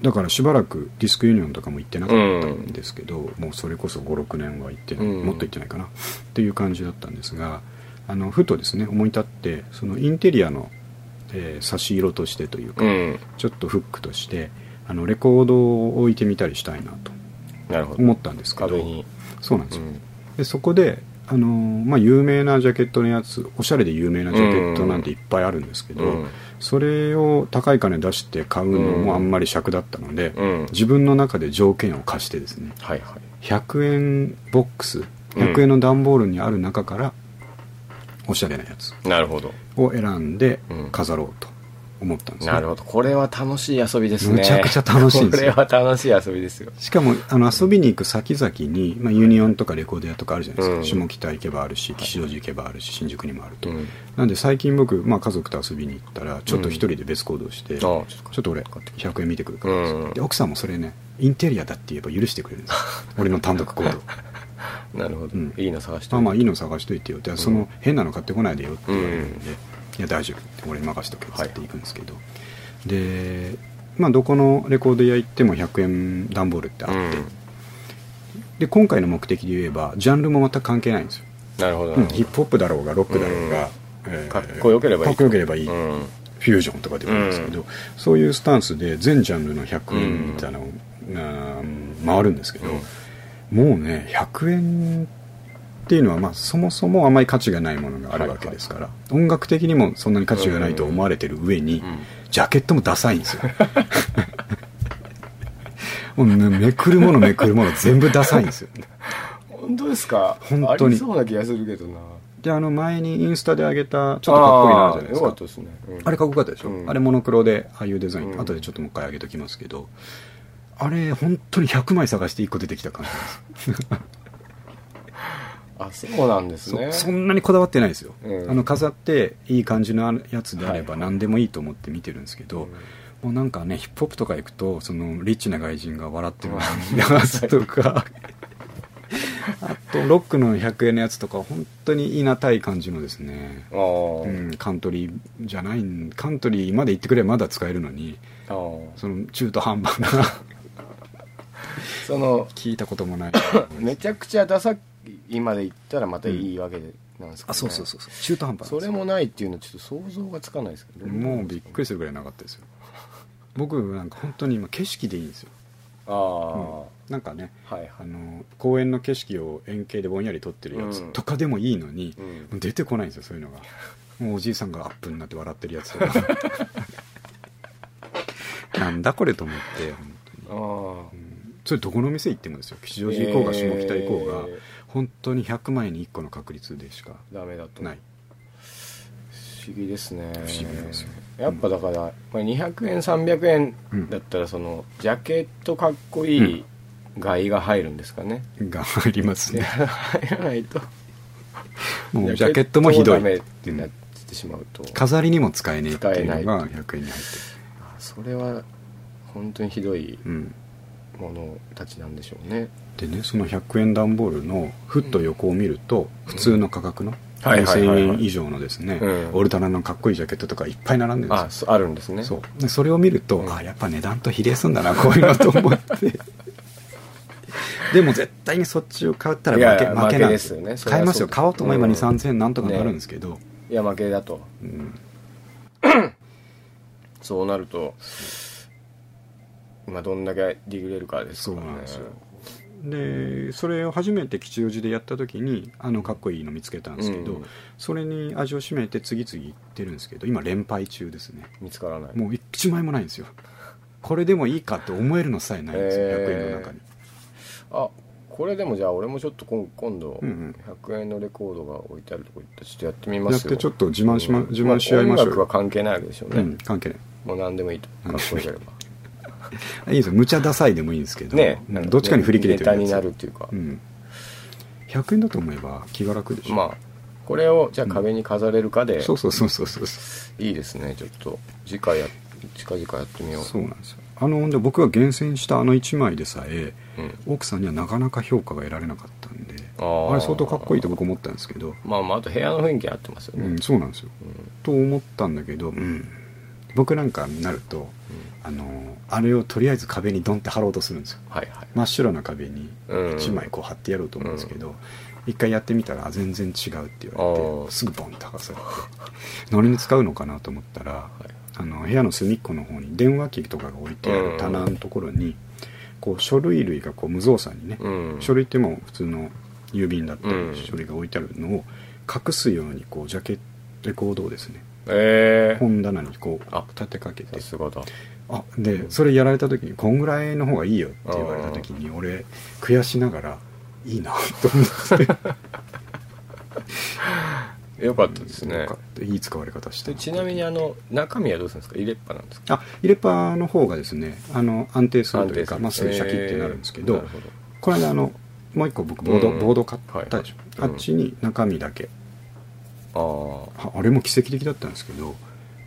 だからしばらくディスクユニオンとかも行ってなかったんですけど、もうそれこそ56年は行ってない、
うん
もっと行ってないかなっていう感じだったんですがあのふとですね思い立ってそのインテリアの、えー差し色としてというか、
うん
ちょっとフックとしてあのレコードを置いてみたりしたいなと
なるほど
思ったんですけど
壁に
そうなんです
う
よ、
ん
でそこであのーまあ、有名なジャケットのやつおしゃれで有名なジャケットなんていっぱいあるんですけど、
うん
それを高い金出して買うのもあんまり尺だったので、
うん
自分の中で条件を課してですね
はいはい
100円ボックス
うん
100円の段ボールにある中からおしゃれなやつ
なるほど
を選んで
うん
飾ろうと思ったんですね、
なるほどこれは楽しい遊びですね
むちゃくちゃ楽しいんですよ
これは楽しい遊びですよ
しかもあの遊びに行く先々に、まあ、ユニオンとかレコード屋とかあるじゃないですか、
うん
下北行けばあるし吉祥寺行けばあるし新宿にもあると、
うん
なんで最近僕、まあ、家族と遊びに行ったらちょっと一人で別行動して、
あちょっ
ちょっと俺100円見てくるから、
うん
で奥さんもそれねインテリアだって言えば許してくれるん ですよ俺の単独行動
となるほど、
うん
いいの探して
まあまあいいの探しといてよって、その変なの買ってこないでよって言われるんで、
うん
いや大丈夫俺に任しとけっつって行くんですけど、でまあどこのレコード屋行っても100円段ボールってあって、
うん
で今回の目的で言えばジャンルもまた関係ないんですよ、
なるほど、
うんヒップホップだろうがロックだろうが、えー
かっこよければい
かっ
い
こよければいい、
うん
フュージョンとかでもいいんですけど、そういうスタンスで全ジャンルの100円みたいなのが回るんですけど、もうね100円っていうのはまあそもそもあまり価値がないものがあるわけですから、音楽的にもそんなに価値がないと思われてる上に、
ん
ジャケットもダサいんですよ もうねめくるものめくるもの全部ダサいんですよ
本当ですか
本当に
ありそうな気がするけどな
であの前にインスタで上げたちょっとかっこいいなじゃないです
あーよか
か
ったですね、うん
あれかっこよかったでしょ、
うん
あれモノクロでああいうデザイン、
うん
後でちょっともう一回上げときますけどあれ本当に100枚探して1個出てきた感じです
あそうなんです
そ,、
ね
そんなにこだわってないですよ、
うん
あの飾っていい感じのやつであれば
はい
何でもいいと思って見てるんですけど、
うん
もうなんかねヒップホップとか行くとそのリッチな外人が笑ってる やつとかあとロックの100円のやつとか本当にいなたい感じのですね
あー、
うん、カントリーじゃないんカントリーまで行ってくればまだ使えるのに
あー
その中途半端な
その
聞いたこともない
めちゃくちゃダサいまで行ったらまたいいわけで、なんですか、ね、
あそうそうそうそう中途半端な
そ
んで
れ
すよ
もないっていうのはちょっと想像がつかないですけど
もうびっくりするぐらいなかったですよ僕なんか本当に今景色でいいんですよ、
ああ、は
なんかね
いはい
あの公園の景色を円形でぼんやり撮ってるやつ
うん
とかでもいいのに、
うん
もう出てこないんですよそういうのがもうおじいさんがアップになって笑ってるやつとか なんだこれと思って本当に
あー
それどこの店行ってもですよ吉祥寺行こうが
え
下
ー
北行こうが、本当に100枚に1個の確率でしか
ダメだと
ない
不思議ですね
不思議なんですよ
やっぱだから、これ200円300円だったらそのジャケットかっこいい外が入るんですかね、
が入ります
で
ね
入らないと
もうジャケットもひど
ジャケ
い
ットもダメってなってしまうと、
飾りにも使えねえっていうの
使えな
が100円に入って
それは本当にひどい
る、うん、
ものたちなんでしょうね
でねその100円段ボールのふっと横を見ると普通の価格の
はいはいはいはい
2000円以上のですね、
うん
オルタナのかっこいいジャケットとかいっぱい並んでるんです
あ
よ
そあるんですね
そうでそれを見ると、
うん
あやっぱ値段と比例すんだなこういうのと思って でも絶対にそっちを買ったら
いや
負け
いや
負け
負け
なん
で
ですす
よねそれは
買いますよ
そうだ
買おうと思えば2 3
うん
0 0 0なんとかなるんですけど、
いや負けだと
うん
そうなると今どんだけディグれるかです
そう
からね
なんですよでそれを初めて吉祥寺でやった時にあのかっこいいの見つけたんですけど、
うん
それに味を占めて次々行ってるんですけど今連敗中ですね
見つからない
もう1枚もないんですよこれでもいいかって思えるのさえないんですよ、
へー
100円の中に
あこれでもじゃあ俺もちょっと今今度
うんうん
100円のレコードが置いてあるとこ行ってちょっとやってみま
やっ
すよ
てちょっと自慢し,、ま
うん
自慢し合いましょう
音楽は
よ、
関係ないわけでしょう
う
ね、
ん、関係ない
もう何でもいいとかっこよければ
いいですよ無茶ダサいでもいいんですけど、
ね
うんどっちかに振り切れて
ネタ
やつ
になるっていうか、
うん、100円だと思えば気が楽でしょ、
まあこれをじゃあ壁に飾れるかで
そうそうそうそうそうそ
いいですねちょっと次回や近々やってみよ
う
う
そうなんですよあので僕が厳選したあの1枚でさえ
うん
奥さんにはなかなか評価が得られなかったんで
あー
あれ相当かっこいいと僕思ったんですけど、
まあまああと部屋の雰囲気合ってますよ
う
ね、
ん、そうなんですよ、と思ったんだけど、うん僕なんかになると、あのあれをとりあえず壁にドンって貼ろうとするんですよ
はいはい
真っ白な壁に
うん
1枚こう貼ってやろうと思うんですけど、一回やってみたらあ全然違うって言わ
あ
れ
ー
てすぐボンと剥がされて何に使うのかなと思ったら、あの部屋の隅っこの方に電話機とかが置いてある棚のところに、こう書類類がこう無造作にね、
うん
書類ってもう普通の郵便だったり
うん
書類が置いてあるのを隠すようにこうジャケットレコードをですね
ええ
本棚にこう
あ
立てかけて
さすがだ
あでそれやられた時にこんぐらいの方がいいよって言われた時に俺悔しながらいいなと思って
よかったです
な
ね
んかいい使われ方して
でちなみにあの中身はどうするんですか入れっぱなんですか
あ入れっぱの方がですねあの安定するというかまあ、すぐシャキってなるんですけど、
えーなるほ
この間あのもう一個僕ボード、
うん
ボード買ったでしょ、
はいはい
あっちに中身だけ
ど
ああれも奇跡的だったんですけど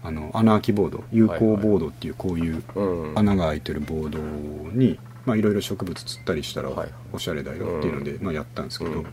あの穴開きボード有効ボードっていうこういう
ああうん
穴が開いてるボードにまあいろいろ植物釣ったりしたら
はい
おしゃれだよっていうので、まあ、やったんですけど、
うん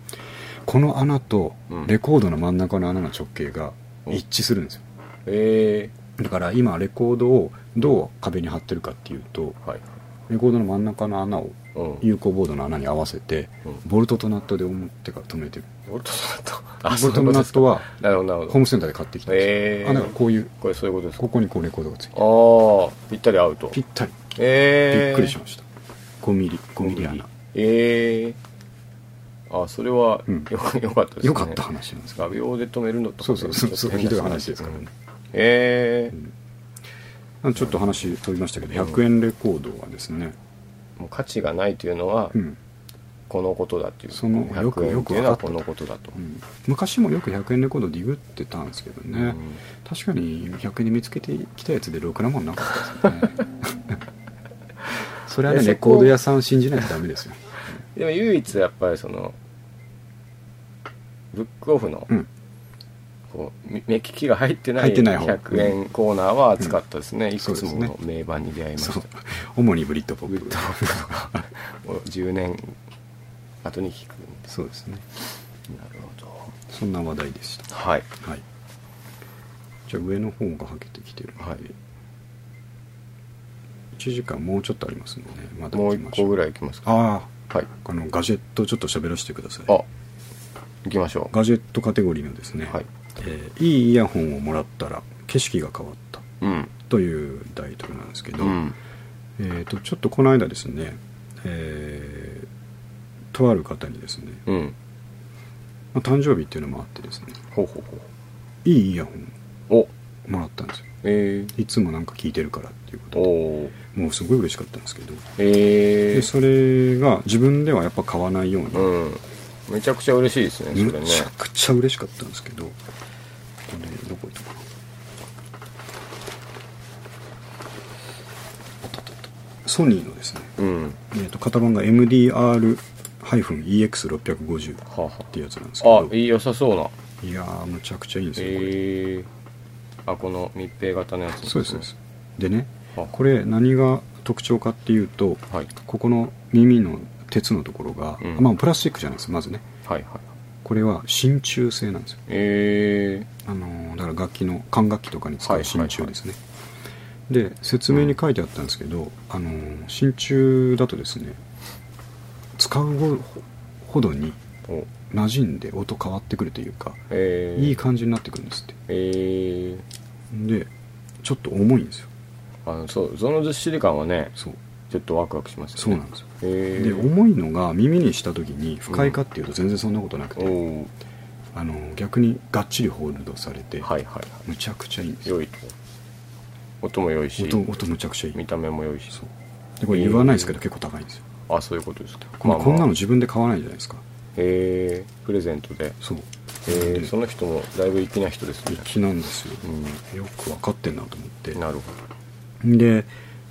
この穴と
うん
レコードの真ん中の穴の直径が
お
一致するんですよ
え
だから今レコードをどう壁に貼ってるかっていうと
えはい
レコードの真ん中の穴を
うん
有効ボードの穴に合わせて
うん
ボルトとナットで表から止めてる
ボルトのナッ
ボ
トあそう
ル
い
ト
う
のナ
ことで
ッ
すか
トは
なるほどな
ホ
るほ
ー
ど
ムセンターで買ってきたんですよ、
ええ
あだからこういう
これそういうことですか
ここにこうレコードがついてる
ああぴったり合うと
ぴったり
ええ
びっくりしました、5ミリ5ミリ穴
ええあそれは
うん
よ,、よかったですね
よかった話なんですか
画鋲で止めるのと
そうそうそうそうひどい話ですからね
ええ
あちょっと話飛びましたけど100円レコードはですね、
もう価値がないというのは
うん
このことだっていう、
そのよく
100円っていうの
よ
は
く
こ
分
のことだと、
うん昔もよく100円レコードディグってたんですけどね、
うん
確かに100円で見つけてきたやつでろくなもんなかった ですねそれはね
えそこ
レコード屋さんを信じないとダメですよ、
でも唯一やっぱりそのブックオフの
うん、
こう目目利きが入ってな
入
い
ってない方
100円コーナーは熱かったですね、い
そ
く
うで
つ
す
も
ね
の名盤に出会いました
そう主にブリッドポップ
グッドアップを10年後に聞くんです
そうですね
なるほど
そんな話題でした
はい
はいじゃあ上の方がはけてきてるので、
はい
1時間もうちょっとありますのでまだ
もう
行き
一
ましょ
個ぐらいいきますか
あ
は
あ
い
あのガジェットちょっと喋らせてください
あ行きましょ
ガジェットカテゴリーのですね、
はい
えーいいイヤホンをもらったら景色が変わった
ううん
というタイトルなんですけど、
うん
えー、とちょっとこの間ですね、えーとある方にですね、
うん
まあ誕生日っていうのもあってですね
ほうほうほ
いいイヤホン
うお
もらったんですよ
え
いつもなんか聞いてるからっていうこ
ー、
とで
おー
もうすごい嬉しかったんですけど
え
で
ー、
それが自分ではやっぱ買わないように、
うんめちゃくちゃ嬉しいですねそれ
め
ね
ちゃくちゃ嬉しかったんですけどこれどこ行ったかなあったあったあったソニーのですね、
うんは
えー、と型番が MDR-EX650 っ
あは
ていうやつなんですけ
あ
ど
あいい良さそうない
やーむちゃくちゃいいんですよ、これ
えー、あこの密閉型のやつ、
そうですそうですでね
あ
これ何が特徴かっていうと
はい
ここの耳の鉄のところが、
うん
まあプラスチックじゃないですまずね
はいはい
これは真鍮製なんですよ
え
あのーだから楽器の管楽器とかに使
は
う
い
真鍮ですね、で説明に書いてあったんですけど、あのー真鍮だとですね使うほほどに
ー、お
馴染んで音変わってくるというか、
えー、
いい感じになってくるんですって
えー、
でちょっと重いんですよ
あのそうそのずっしり感はね
そう
ちょっとワクワクします
そうなん
で
ですよ
すへ
で
え
重いのが耳にした時に不快かっていうと全然そんなことなくて、
おお
あのー逆にがっちりホールドされて、
はいはいは
むちゃくちゃいいんで
い
すよ
良いと音も良いし
音音むちゃくちゃいい
見た目も良いし
そうでこれ言わないですけど結構高いんですよ
あそういうことですか
これこんなの
へ
自分で買わないじゃないですか
えプレゼントでへ
そう
えその人もだいぶ粋な人ですね
粋なんですよ
う
よく分かってんなと思って
んなるほ
で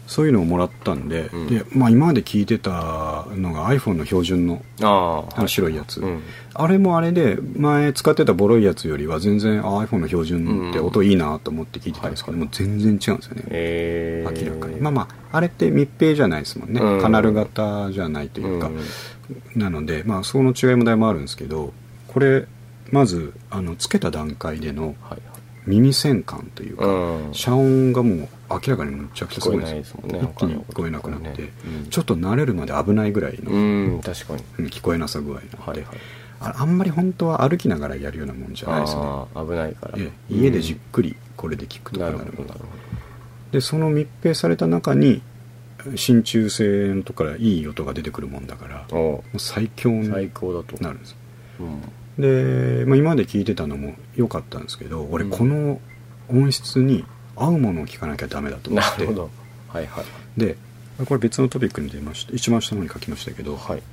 そういうのをもらったんで,、
うん
でまあ、今まで聞いてたのが iPhone の標準の
どああ
あの白いやつ、
うん
あれもあれで前使ってたボロいやつよりは全然あ iPhone の標準って音いいなと思って聞いてたんですけど、
うん
もう全然違うんですよね、
ええ
明らかにまあまああれって密閉じゃないですもんね、
うん
カナル型じゃないというか、なのでまあその違いもだいぶあるんですけどこれまずあのつけた段階での
はい
耳栓感というか、
はいうん
遮音がもう明らかにむちゃくちゃすごいんですよ
聞こえないですもんね
一気に聞こえなくなって、
他の音とかねうん
ちょっと慣れるまで危ないぐらいの、
うん確かに
うん聞こえなさ具合なの
はい
で、
はい
ああんまり本当は歩きながらやるようなもんじゃないですね
ああ危ないから
ええ家でじっくりこれで聞く
うん
とか
な
な
る
る
ほどなるほ
でその密閉された中に真鍮製のとこからいい音が出てくるもんだからも
どおう
う最強に
最高だと
なるんですで、まあ、今まで聞いてたのも良かったんですけど俺
うん
この音質に合うものを聞かなきゃダメだと思
な
って
るほどはいはい
でこれ別のトピックに出ました一番下の方に書きましたけど、
はい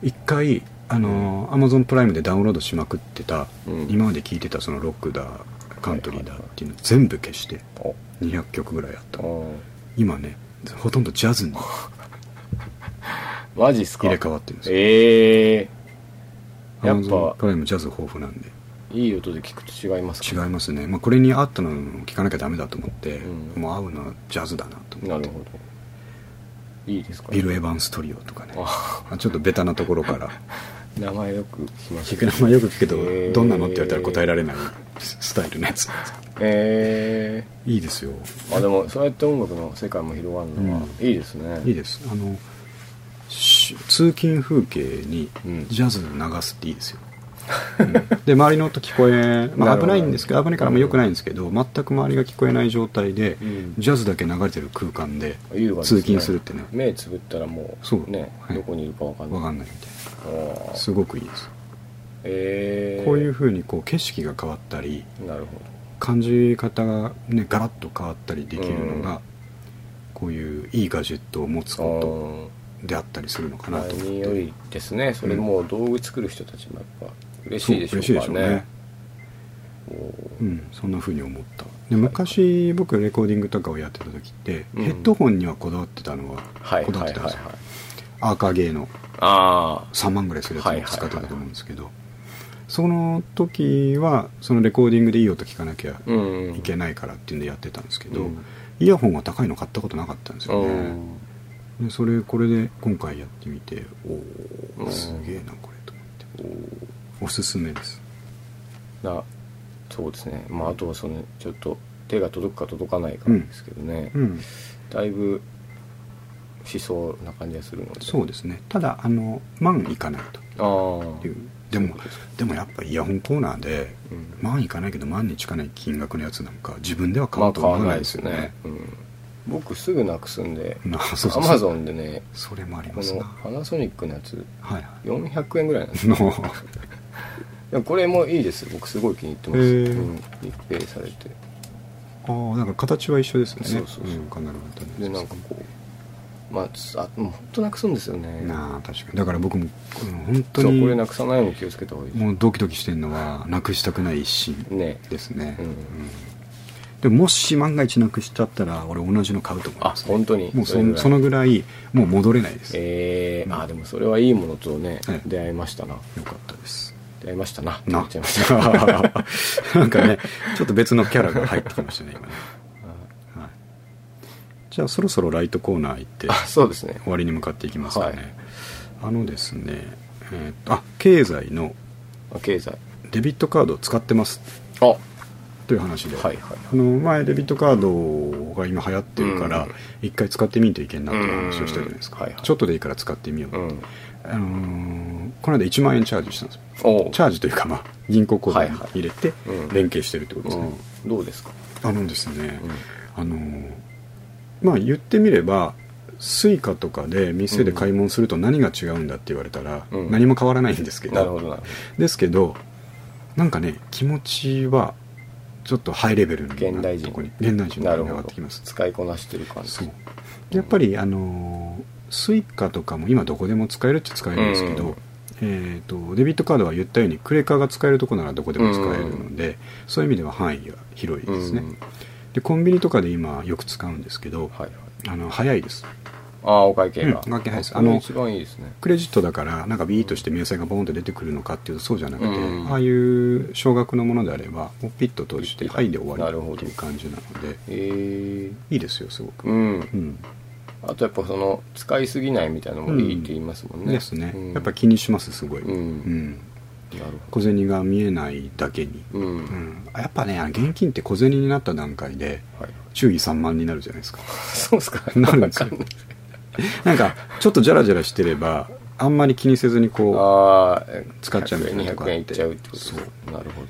一回あの Amazon プライムでダウンロードしまくってた、
うん
今まで聞いてたそのロックだカントリーだっていうの全部消して
お
200曲ぐらいあった
お
今ねほとんどジャズに
マジっすか
入れ替わってるんですよ
ええやっ
Amazon
ぱ
プライムジャズ豊富なんで
いい音で聞くと違います
違い
か
ますね、まあ、これに合ったのを聞かなきゃダメだと思って、
うん
もう合うのはジャズだなと思
な
っ
る
て
ほどいいですか
ビル・エヴァンストリオとかね
あ
あちょっとベタなところから
名前よく聞きまし
聞
た
く名前よく聞くけど、
へー
どんなのって言われたら答えられないスタイルのやつ
え
いいですよ
えあでもそうやって音楽の世界も広がるのは、
う
いいですね
いいですあのし通勤風景に
うん
ジャズ流すっていいですよ、うんで周りの音聞こ え、ま
な
あ、
る
危
ほど
ないんですけど危ないからあんま良くないんですけど全く周りが聞こえない状態で、
うん
ジャズだけ流れてる空間で
優雅ですね
通勤するってね
目つぶったらもう
そう
ね、
はい
どこにいるかわかんない
分かんないみた
あー
いなすごくいいです、
ええ
こういうふうにこう景色が変わったり
なるほ
感じ方がねガラッと変わったりできるのが、こういういいガジェットを持つ
ど
こ
うん
とであったりするのかな
まあ
と思って
何よりですねそれもう道具作る人たちもやっぱ嬉しいでしょう
そう嬉しいでし
か
ょう
らね
ねうん、そんな風に思ったで昔僕レコーディングとかをやってた時って、
うん
ヘッドホンにはこだわってたのは、
はい
こだ
は
わっ
い
てたん
は
で
い
すよ、
はい
アーカーゲーの
あ
3万ぐらいするやつを使ってたと思うんですけど、その時はそのレコーディングでいい音聞かなきゃ
あうん
いけないからっていうんでやってたんですけど、
うん
イヤホンが高いの買ったことなかったんです
う
よね、
ん
でそれこれで今回やってみてお
う
お
ん
すげえなこれと思っておすすめです
なそうですねまああとはそのちょっと手が届くか届かないかですけどね、
うん
だいぶしそうな感じがするので
そうですねただあの万いかないと
ああ
いうでもでもやっぱイヤホンコーナーで
うん
万いかないけど万に近ない金額のやつなんか自分では買
ま
お
あ
うと
買
思わ
わ
な
ない
で
いですす
よ
ね
ね、
うん、僕すぐなくすんで
なそうそう
アマ
そう
ゾンでね
それもありま
こ
す
の
な
パナソニックのやつ
はいは
400円ぐらいなんです
い の
でもこれもいいです僕すごい気に入ってます、
へー
うん一平されて
ああなんか形は一緒ですね
そうそうそうん
カナル型のやつ
でなんかこうまあつあもうほんとなくすんですよね
なあ確かにだから僕もこの本当
そう
に
これなくさないように気をつけた方がいいで
もうドキドキしてるのはなくしたくない一心
すね
ですね、
うん
でももし万が一なくしちゃったら俺同じの買うと思い
あ
ます、
本当に
もうそ
れぐ
の
らい
そのぐらいもう戻れないです、
えー、あでもそれはいいものとね、
はい
出会いましたな
よかったです
出会いましたなって言
な
っちゃいましたは
なんかねちょっと別のキャラが入ってきましたね今ね、はい、じゃあそろそろライトコーナー行って
いあそうですね
終わりに向かっていきますかね、
はい
あのですね、えーっとあ経済の
あ経済
デビットカードを使ってます
あは
という話で、
いはい
あの前デビットカードが今流行ってるか
う
ら
ん
一回使ってみんといけんなっていう話をしたじゃないです
うん
か
はいはい
ちょっとでいいから使ってみよう、
うん
あのーこの間1万円チャージしたんですよ
おう
チャージというかまあ銀行口座に
はいはい
入れて
うん
連携してるってことですね、
うん、どうですか、
あのですね、あのーまあ言ってみればスイカとかで店で買い物すると何が違うんだって言われたら
うん
何も変わらないんですけ
なるほ
ど
どなるほ
ですけどなんかね気持ちはちょっとハイレベルな
現代人
とこに現代人
ど
に
な
上
るほ
がっ
ど
てきます
使いこなしてる感じ
そうやっぱりあのスイカとかも今どこでも使えるっちゃ使えるんですけど、
うん
えー、とデビットカードは言ったようにクレカが使えるとこならどこでも使えるので、そういう意味では範囲が広いですね、
うん
でコンビニとかで今よく使うんですけど、
はいはい
あの早いです
ああお会計が、
うんお会計はいです
あの
あの
一番いいですね
クレジットだからなんかビーッとして明細がボーンと出てくるのかっていうとそうじゃなくて、
うん
ああいう少額のものであればもうピッと閉じて「はい」で終わ
な
り
るほど
っていう感じなので
えー、
いいですよすごく、
うん
うん
あとやっぱその使いすぎないみたいなのもいいって言いますもんね、
ですね、
うん
やっぱ気にしますすごい、
うん
うん、
なるほ
小銭が見えないだけに、
どうん、
う
はい
ん、やっぱねあの現金って小銭になった段階で注意散漫になるじゃないですか
そうっすか
なるんですよ
わかない
なんかちょっとジャラジャラしてればあんまり気にせずにこ
ああ
使っちゃうみたいなとこあっ
100
て
円いっちゃうってことです
そ
なるほど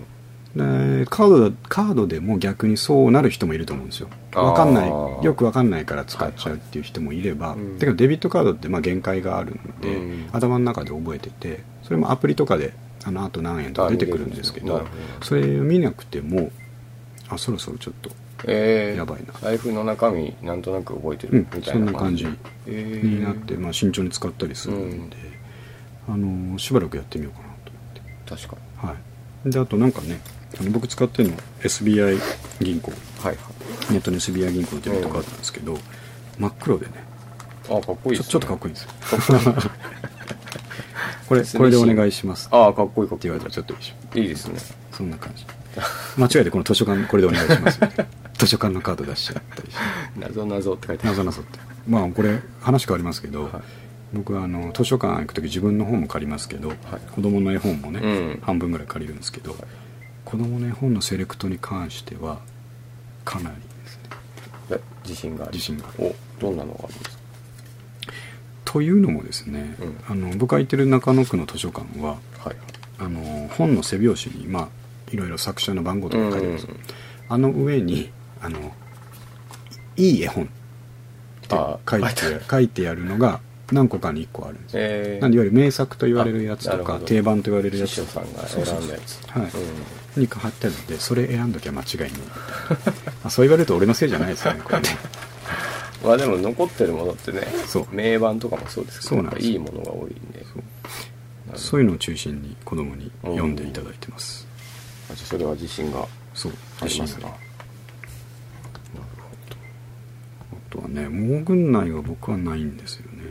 えーカードカードでも逆にそうなる人もいると思うんですよ
あー
わかんないよくわかんないから使っちゃうっていう人もいれば、
うん
だけどデビットカードってまあ限界があるので、
うん
頭の中で覚えててそれもアプリとかであのあと何円とか出てくるんですけ
な
ど
るほど
それ見なくてもあそろそろちょっと
えー、
やばいな
財布の中身なんとなく覚えてるみたいな感じ、
うんそんな感
えー
になって、まあ、慎重に使ったりするんで、あのしばらくやってみようかなと思って。
確かに
はい、であとなんかねあの僕使ってるの SBI 銀行
はいはい
ネットの SBI 銀行のデビットカードなんですけど、真っ黒でね
あかっこい
ちょ
いです、ね、
ちょっとかっこいいんですよこれこれでお願いしますって
ああかっこいいかっこい
言われたらちょっといいでしょ
いいいですね
そんな 感じ間違えてこの図書館これでお願いしますみたいな図書館のカード出しちゃったりして
謎謎って書いてあ
な
る
ぞなぞってまあこれ話変わりますけど、
はい
僕はあの図書館行く時自分の本も借りますけど、子供の絵本もね、
うん
半分ぐらい借りるんですけど、子供の絵本のセレクトに関してはかなりですね
え自信がある
自信がある
おどんなのがあるんですか
というのもですね、
うん
あの僕が行ってる中野区の図書館は
はい
あの本の背表紙にまあいろいろ作者の番号とか書いてあるんですよ、
うん
あの上にあのいい絵本って
あ
書い
書いてあ
て書いてあるのが何個かに1個あるんですよ
えー、
なんでいわゆる名作と言われるやつ
あな
と
るほ
か
ど
定番と言われるやつ
師匠さんが選んだやつ
はい
うん
にか貼ってあるのでそれ選んどきゃ間違いないあそう言われると俺のせいじゃないですよ ねこれね
まあでも残ってるものってね
そう
名盤とかもそうですけど
そうなんですよ
やっぱいいものが多いんで
そう
なるほど
そういうのを中心に子供に読んでいただいてます
あじゃあそれは自信が
そう
ありま
自信
すな
があるあとはね盲群内は僕はないんですよね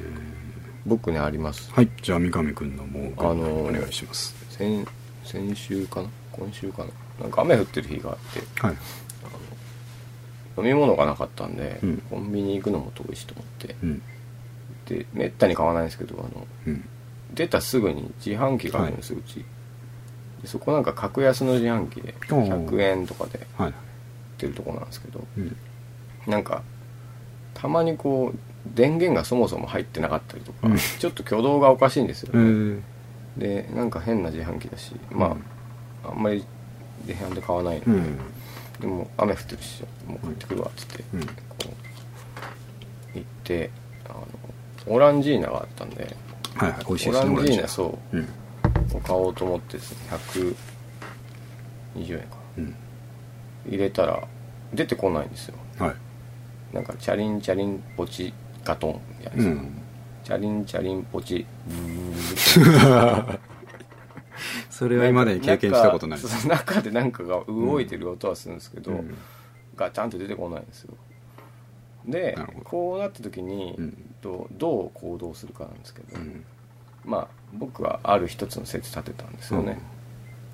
僕ねあります
はいじゃあ三上君の盲群内
あのー
お願いします、
先先週かな今週かななんか雨降ってる日があって
はい
飲み物がなかったんで、
うん
コンビニ行くのも遠いしと思って
うん
でめったに買わないんですけどあの
うん
出たすぐに自販機があるんです、うちでそこなんか格安の自販機で
おう
100円とかで売っ
はい
てるとこなんですけど
うん
なんかたまにこう電源がそもそも入ってなかったりとか、
うん
ちょっと挙動がおかしいんですよ、
えー
でなんか変な自販機だしまあ、あんまり自販で買わないの
う
で、
ん
でも雨降ってるしもう買ってくるわっつって、
うん
こう行ってあのオランジーナがあったんで
はいはい美味しい
オ
です
ラ
ね
ンジーナ
う
そう
うん
を買おうと思ってですね120円か
うん
な入れたら出てこないんですよ
はい
なんかチャリンチャリンポチガトンみたいうな、
ん
チャリンチャリンポチブー
それは今までに経験したことないで
ですす中で何かが動いてる音はするんですけど、
うん
がちゃんと出てこないんですよで
なるほど
こうなった時に、
うん
どうどう行動するかなんですけど、
うん
まあ僕はある一つの説立てたんですよね、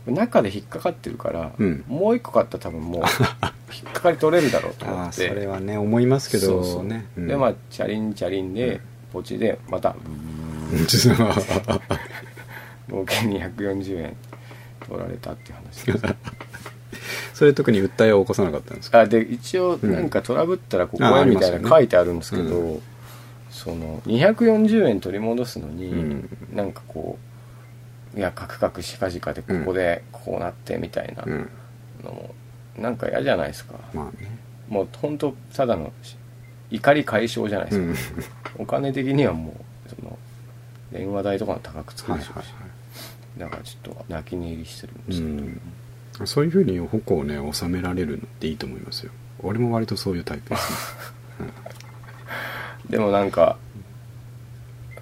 中で引っかかってるから、
うん
もう一個買ったら多分 もう引っかかり取れるだろうと思
ああ
っ
そ
て
れはね思いますけ
そ
ど
うそう
ね
でまあチャリンチャリンで、ポチでまた合計240円取られたっていう話です
それ特に訴えを起こさなかったんですか
あで一応なんかトラブったらここ
ああ
へ
り
み
ます
た
よね
いな書いてあるんですけど、
う
その240円取り戻すのに、
うん
なんかこういやカクカクしかじかでここでこうなってみたいな
うん
のも、なんか嫌じゃないですか、
まあね
もう本当ただのし怒り解消じゃないで
う
す
ん
か、お金的にはもうその電話代とかも高くつく
はいはい
でしょうし、
は
だからちょっと泣き寝入りしてるんで
い
す
う
けど、
んそういうふうに矛をね収められるのっていいと思いますよ俺も割とそういうタイプですね
でもなんか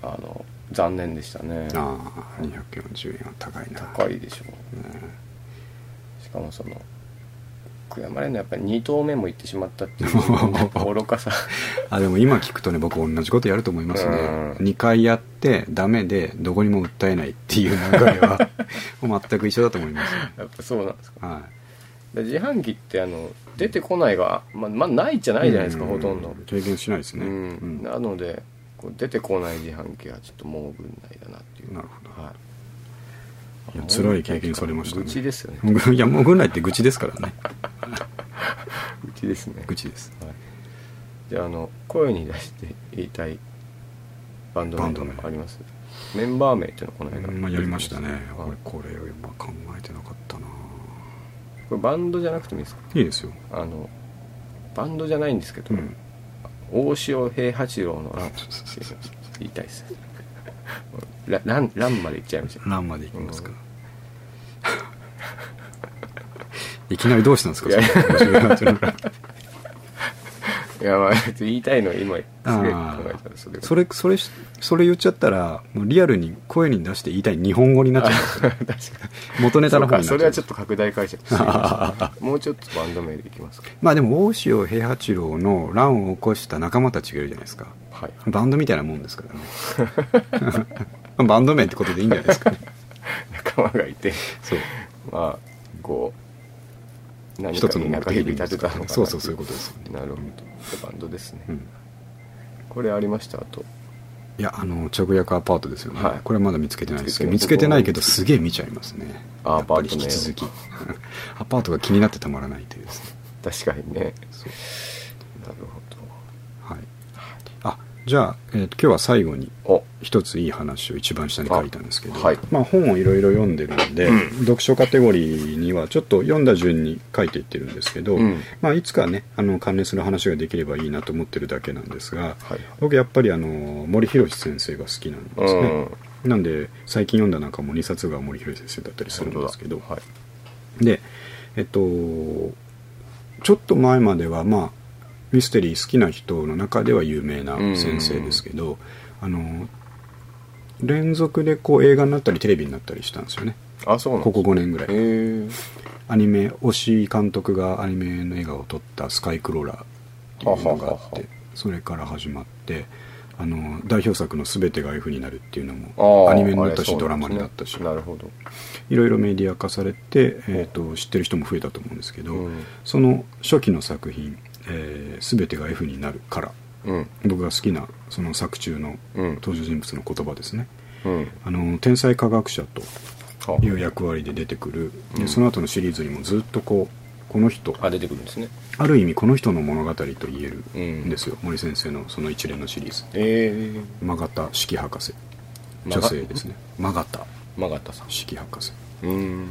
あの残念でしたね
ああ240円は高いな
高いでしょしかもその悔やまれるのはやっぱり2投目も行ってしまったっていう 愚かさ
あでも今聞くとね僕同じことやると思いますね
うん
2回やってダメでどこにも訴えないっていう流れ はもう全く一緒だと思いますね
やっぱそうなんですか
は
で自販機ってあの出てこないが、まあ、まあないじゃ
い
ないじゃないですか
う
ほとんど
経験しないです
う
ね
ん、
うん
なのでこう出てこない自販機はちょっともう軍内だなっていう
なるほど
はい
いや辛い経験されましたね
愚痴ですよね
いやもう軍内って愚痴ですからね
愚痴ですね
愚痴です
はい、じゃああの声に出して言いたいバンド名と
バンド
か
名
ありますメンバー名っていうのこの間、
まあやりましたね
はい
俺これを今考えてなかったな
これバンドじゃなくてもいいですか
いいですよ、
あのバンドじゃないんですけど、
うん、
大塩平八郎の乱言いたいです ラランランまで行っちゃいました
欄までいきますか、 いきなりどうしたんですか
いや
その面白いなっていうのが
いやまあ言いたいのは今すげえ考えたらそれが
それそれそれ言っちゃったらもうリアルに声に出して言いたい日本語になっちゃうんですよ
確かに
元ネタ
そ
の
う
方になっ
か
ちゃ
それはちょ
っ
っと拡大解釈してみましょ うもうちょっとバンド名でいきますか
まあでも大塩平八郎の乱を起こした仲間たちがいるじゃないですか
はい
バンドみたいなもんですからね バンド名ってことでいいんじゃないですかね
仲間がいて
そう
まあこう何
一
か
つの
に
目
中
的
指
でいいんで
立
すか
てた
ら
のか
ね
な
そうそうそういうことですよね
なるほどバンドですね、
うん
これありましたあと
いやあの直訳アパートですよね、
はい
これまだ見つけてないですけど見
見
つ
つ
け
け
て
て
な
ない
いけどすげえ見ちゃいますね
あ
やっぱり
アパート
引
ね
き続き アパートが気になってたまらないというですね
確かにね
そう
なるほ
はいあじゃあ、えー今日は最後に
どお
一ついい話を一番下に書いたんですけど、
あはい
まあ、本をいろいろ読んでるんで、読書カテゴリーにはちょっと読んだ順に書いていってるんですけど、
うん
まあ、いつかねあの関連する話ができればいいなと思ってるだけなんですが、
はい
僕やっぱりあの森博先生が好きなんですね、なんで最近読んだ中も2冊が森博先生だったりするんですけど、
はい
でえっとちょっと前まではまあミステリー好きな人の中では有名な先生ですけど、あの連続でこう映画になったりテレビになったりしたんですよね
あそうなん
ここ5年ぐら
へ
い
え
アニメ推し監督がアニメの映画を撮った「スカイクローラー」っていうのがあ
はは
っ
は
てそれから始まってあの代表作の「全てが F になる」っていうの
あ
も
あ
アニメになっ
あ
た
れ
し
そう
ドラ
ん
マ
です
に
ね
なったし
なるほど
いろいろメディア化されて、えー、と知ってる人も増えたと思うんですけど、
うん
その初期の作品「えー、全てが F になる」から
うん
僕が好きなその作中の
うん
登場人物の言葉ですね、
うん
あの天才科学者と
あ
いう役割で出てくる
う
で
ん
その後のシリーズにもずっとこうこの人
あ出てくるんですね
ある意味この人の物語と言えるんですすよ、森先生のその一連のシリーズ
え
「曲がた式博士」
え
女性ですね「曲がた
曲がったさん
式博士」
うん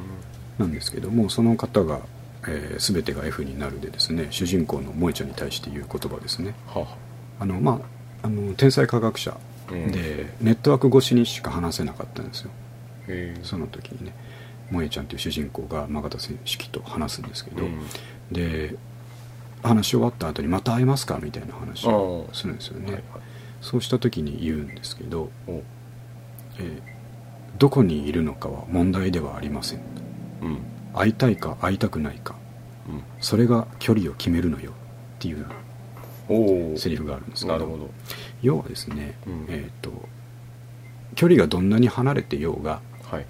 なんですけどもその方が、えー全てが F になる」でですね主人公の萌ちゃんに対して言う言葉ですね
はは
あのまああの天才科学者
うん
で、ネットワーク越しにしか話せなかったんですよ
へえ
その時にね萌ちゃんという主人公が曲田選手と話すんですけど、
うん
で話し終わった後に「また会えますか?」みたいな話を
ああ
するんですよね、
はいはい
そうした時に言うんですけど、
お
えーどこにいるのかは問題ではありません
うん
会いたいか会いたくないか
うん
それが距離を決めるのよっていうよ
お
う
お
なセリフがあるんですけど
なるほど
要はですね、
うん
えっと距離がどんなに離れてようが
はい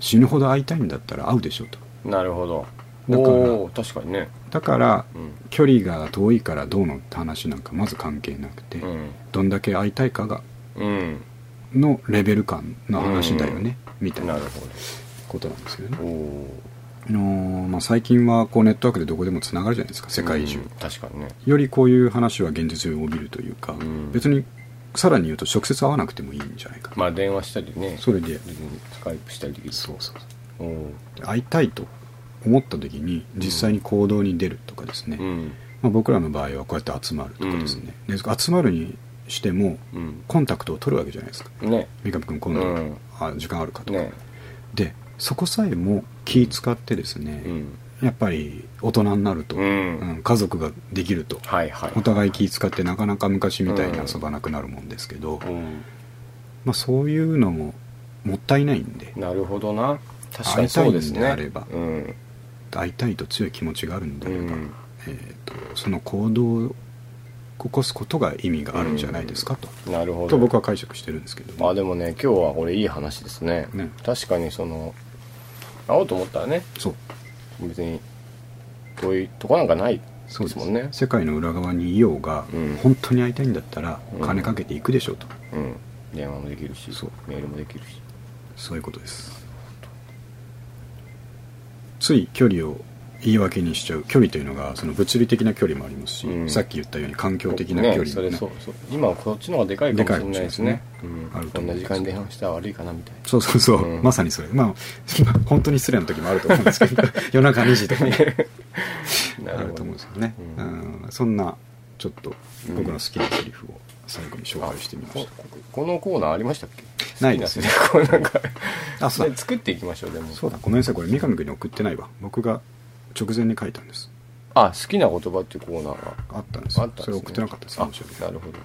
死ぬほど会いたいんだったら会うでしょうと
なるほど
だから
おお確かにね
だから
うん
距離が遠いからどうのって話なんかまず関係なくて、
うん
どんだけ会いたいかが
うん
のレベル感の話だよね、みたい
な
な
るほ
ことなんですよね
ど、お
あのーまあ、最近はこうネットワークでどこでもつながるじゃないですか世界中、
確かにね
よりこういう話は現実味を帯びるというか、
ん
別にさらに言うと直接会わなくてもいいんじゃないかな、
まあ電話したりね
それで
別にスカイプしたりできる
そうそう
おお
会いたいと思った時に実際に行動に出るとかですね、
うん
まあ、僕らの場合はこうやって集まるとかですね、で集まるにしても
うん
コンタクトを取るわけじゃないですか
ね
三上君今度、
うん
あ時間あるかとか、
ね
でそこさえも気使ってですね、
うん
やっぱり大人になると、
うん
うん家族ができると、
はいはい
お互い気使ってなかなか昔みたいに
うん
遊ばなくなるもんですけど、
うん
まあ、そういうのももったいないんで
なるほどな確かにそうですね
会いたいんであれば
うん
会いたいと強い気持ちがあるんであれば、
うん
えーとその行動を起こすことが意味があるんじゃないですかと,、
なるほど
と僕は解釈してるんですけど、
まあでもね今日はこれいい話ですね
ね
確かにその会おうと思ったらね
そう
別に遠いとこなんかない
そう
で
です
すもんね
世界の裏側にいようが、
うん
本当に会いたいんだったら
うん
金かけていくでしょうと、
うん電話もできるし
そう
メールもできるし
そういうことですつい距離を言い訳にしちゃう距離というのがその物理的な距離もありますし、
うん
さっき言ったように環境的な距離
ね
も、
それそうそう今はこっちの方がでかいかもしれないですね
でかいかもしれないですねあ
う
る
ん、
と
こ
思
ん
いま
な
す
時間に電話したら悪いかなみたい
そうそうそう、
うん
まさにそれまあ本当に失礼な時もあると思うんです けど夜中2時と かに
な
あ
な
ると思うんですけどね、
う
うんんそんなちょっと僕の好きなセリフを最後に紹介してみまし
ここのコーナーありましたっけ
ないです
好きなセリフこうなんか
た、あそう
ね
だ
作っていきましょうでも
そうだごめんなさいこれ三上君に送ってないわ僕が直前に書いたんです
あ好きな言葉っていうコーナーが
あったんです
あった
よ
んです、ね、
それ送ってなかったです
あ
申し訳
なるほど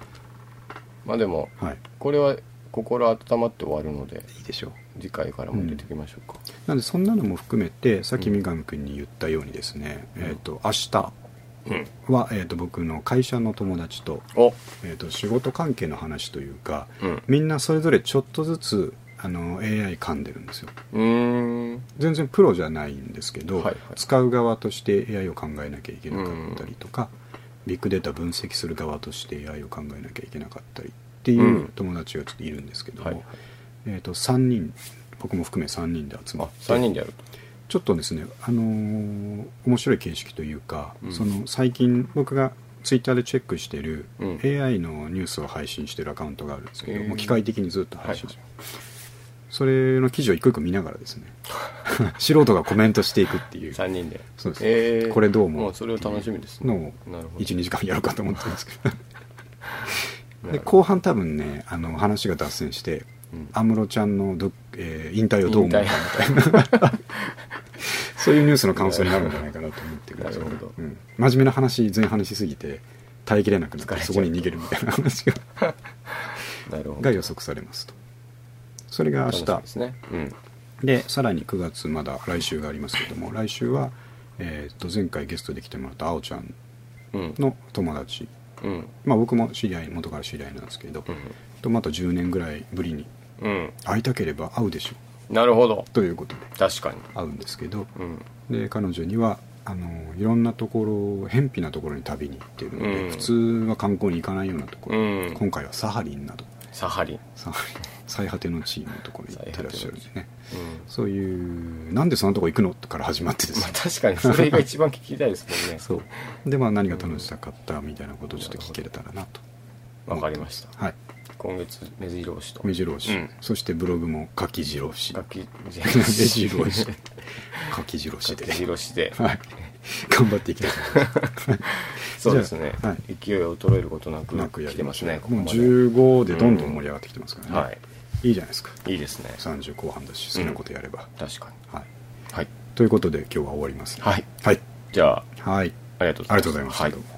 まあでも
ないはい
これは心温まって終わるので
いいでしょう
次回からも入れていきましょうか、
なんでそんなのも含めてさっき三上君に言ったようにですね、
うん
えっ、と明日
うん、
は、えー、と僕の会社の友達と,、
お
えー、と仕事関係の話というか
うんう
みんなそれぞれちょっとずつあの AI 噛んでるんですよ
ーん
全然プロじゃないんですけど、
はいはい
使う側として AI を考えなきゃいけなかったりとか、ビッグデータ分析する側として AI を考えなきゃいけなかったりっていううん友達がちょっといるんですけども、
はいはい
えー、と3人僕も含め3人で集ま
あ
って
3人でやると
ちょっとですね、あのー面白い形式というか、
うん
その最近僕がツイッターでチェックしてる、
うん
AI のニュースを配信してるアカウントがあるんですけど、
へー
もう機械的にずっと配信してる、
は
それの記事を一個一個見ながら ですね素人がコメントしていくっていう
3人で
そうです
えー
これどう思う
もうそれを楽しみです
のを
なるほど
12時間やろうかと思ってますけど
なる
で
ほ
後半多分ねあの話が脱線して
どうん
安室ちゃんのど、えー引退をどう思うかみ
引
たいな そういうニュースの感想になるんじゃないかなと思ってください
なるほど
うん、真面目な話全話しすぎて耐えきれなくなっ
疲れ
て
ちゃう
そこに逃げるみたいな話が
なるほど
が予測されますとそれが明
楽しみ
日
ですねうん
でさらに9月まだ来週がありますけども来週は、えー、と前回ゲストで来てもらったあおちゃん
うん
の友達
うん
まあ僕も知り合い元から知り合いなんですけど、とまた10年ぐらいぶりに
うん、うん、
会いたければ会うでしょ
なるほど
うということで
確かに
会うんですけど、
うん
で彼女にはあのいろんなところ偏僻なところに旅に行ってるので、
うん
普通は観光に行かないようなところ、
うん
今回はサハリンなど
サハリン
サハリン最果ての地位のところに行ってらっしゃるんでね
うん
そういうなんでそんなとこ行くのから始まってです
まあ
ね
確かにそれが一番聞きたいですもん ね
そうでまあ何が楽しかったみたいなことをちょっと聞けれたらなと
わかりました
はい
今月目白押しと
目白押し、
うん
そしてブログも書き白押し
楽器目
目 白押し書き白押し
楽
で
器白押しで
はい頑張っていきたいと思います
そうですね
じゃあは
勢いは衰えることなく
なくや
来て
り
ま
まし
す
ょう
ねここ
もう
まで
15でどんどん盛り上がってきてますからね、、
はい
いじゃないですか
いいいですね
30後半だし好きなことやれば、
確かに
はい、
はい
ということで今日は終わりますね
はい
はい、
じゃあ
はい、
ありがとうござい
あ
ます
りがとうございました、
はい
どうも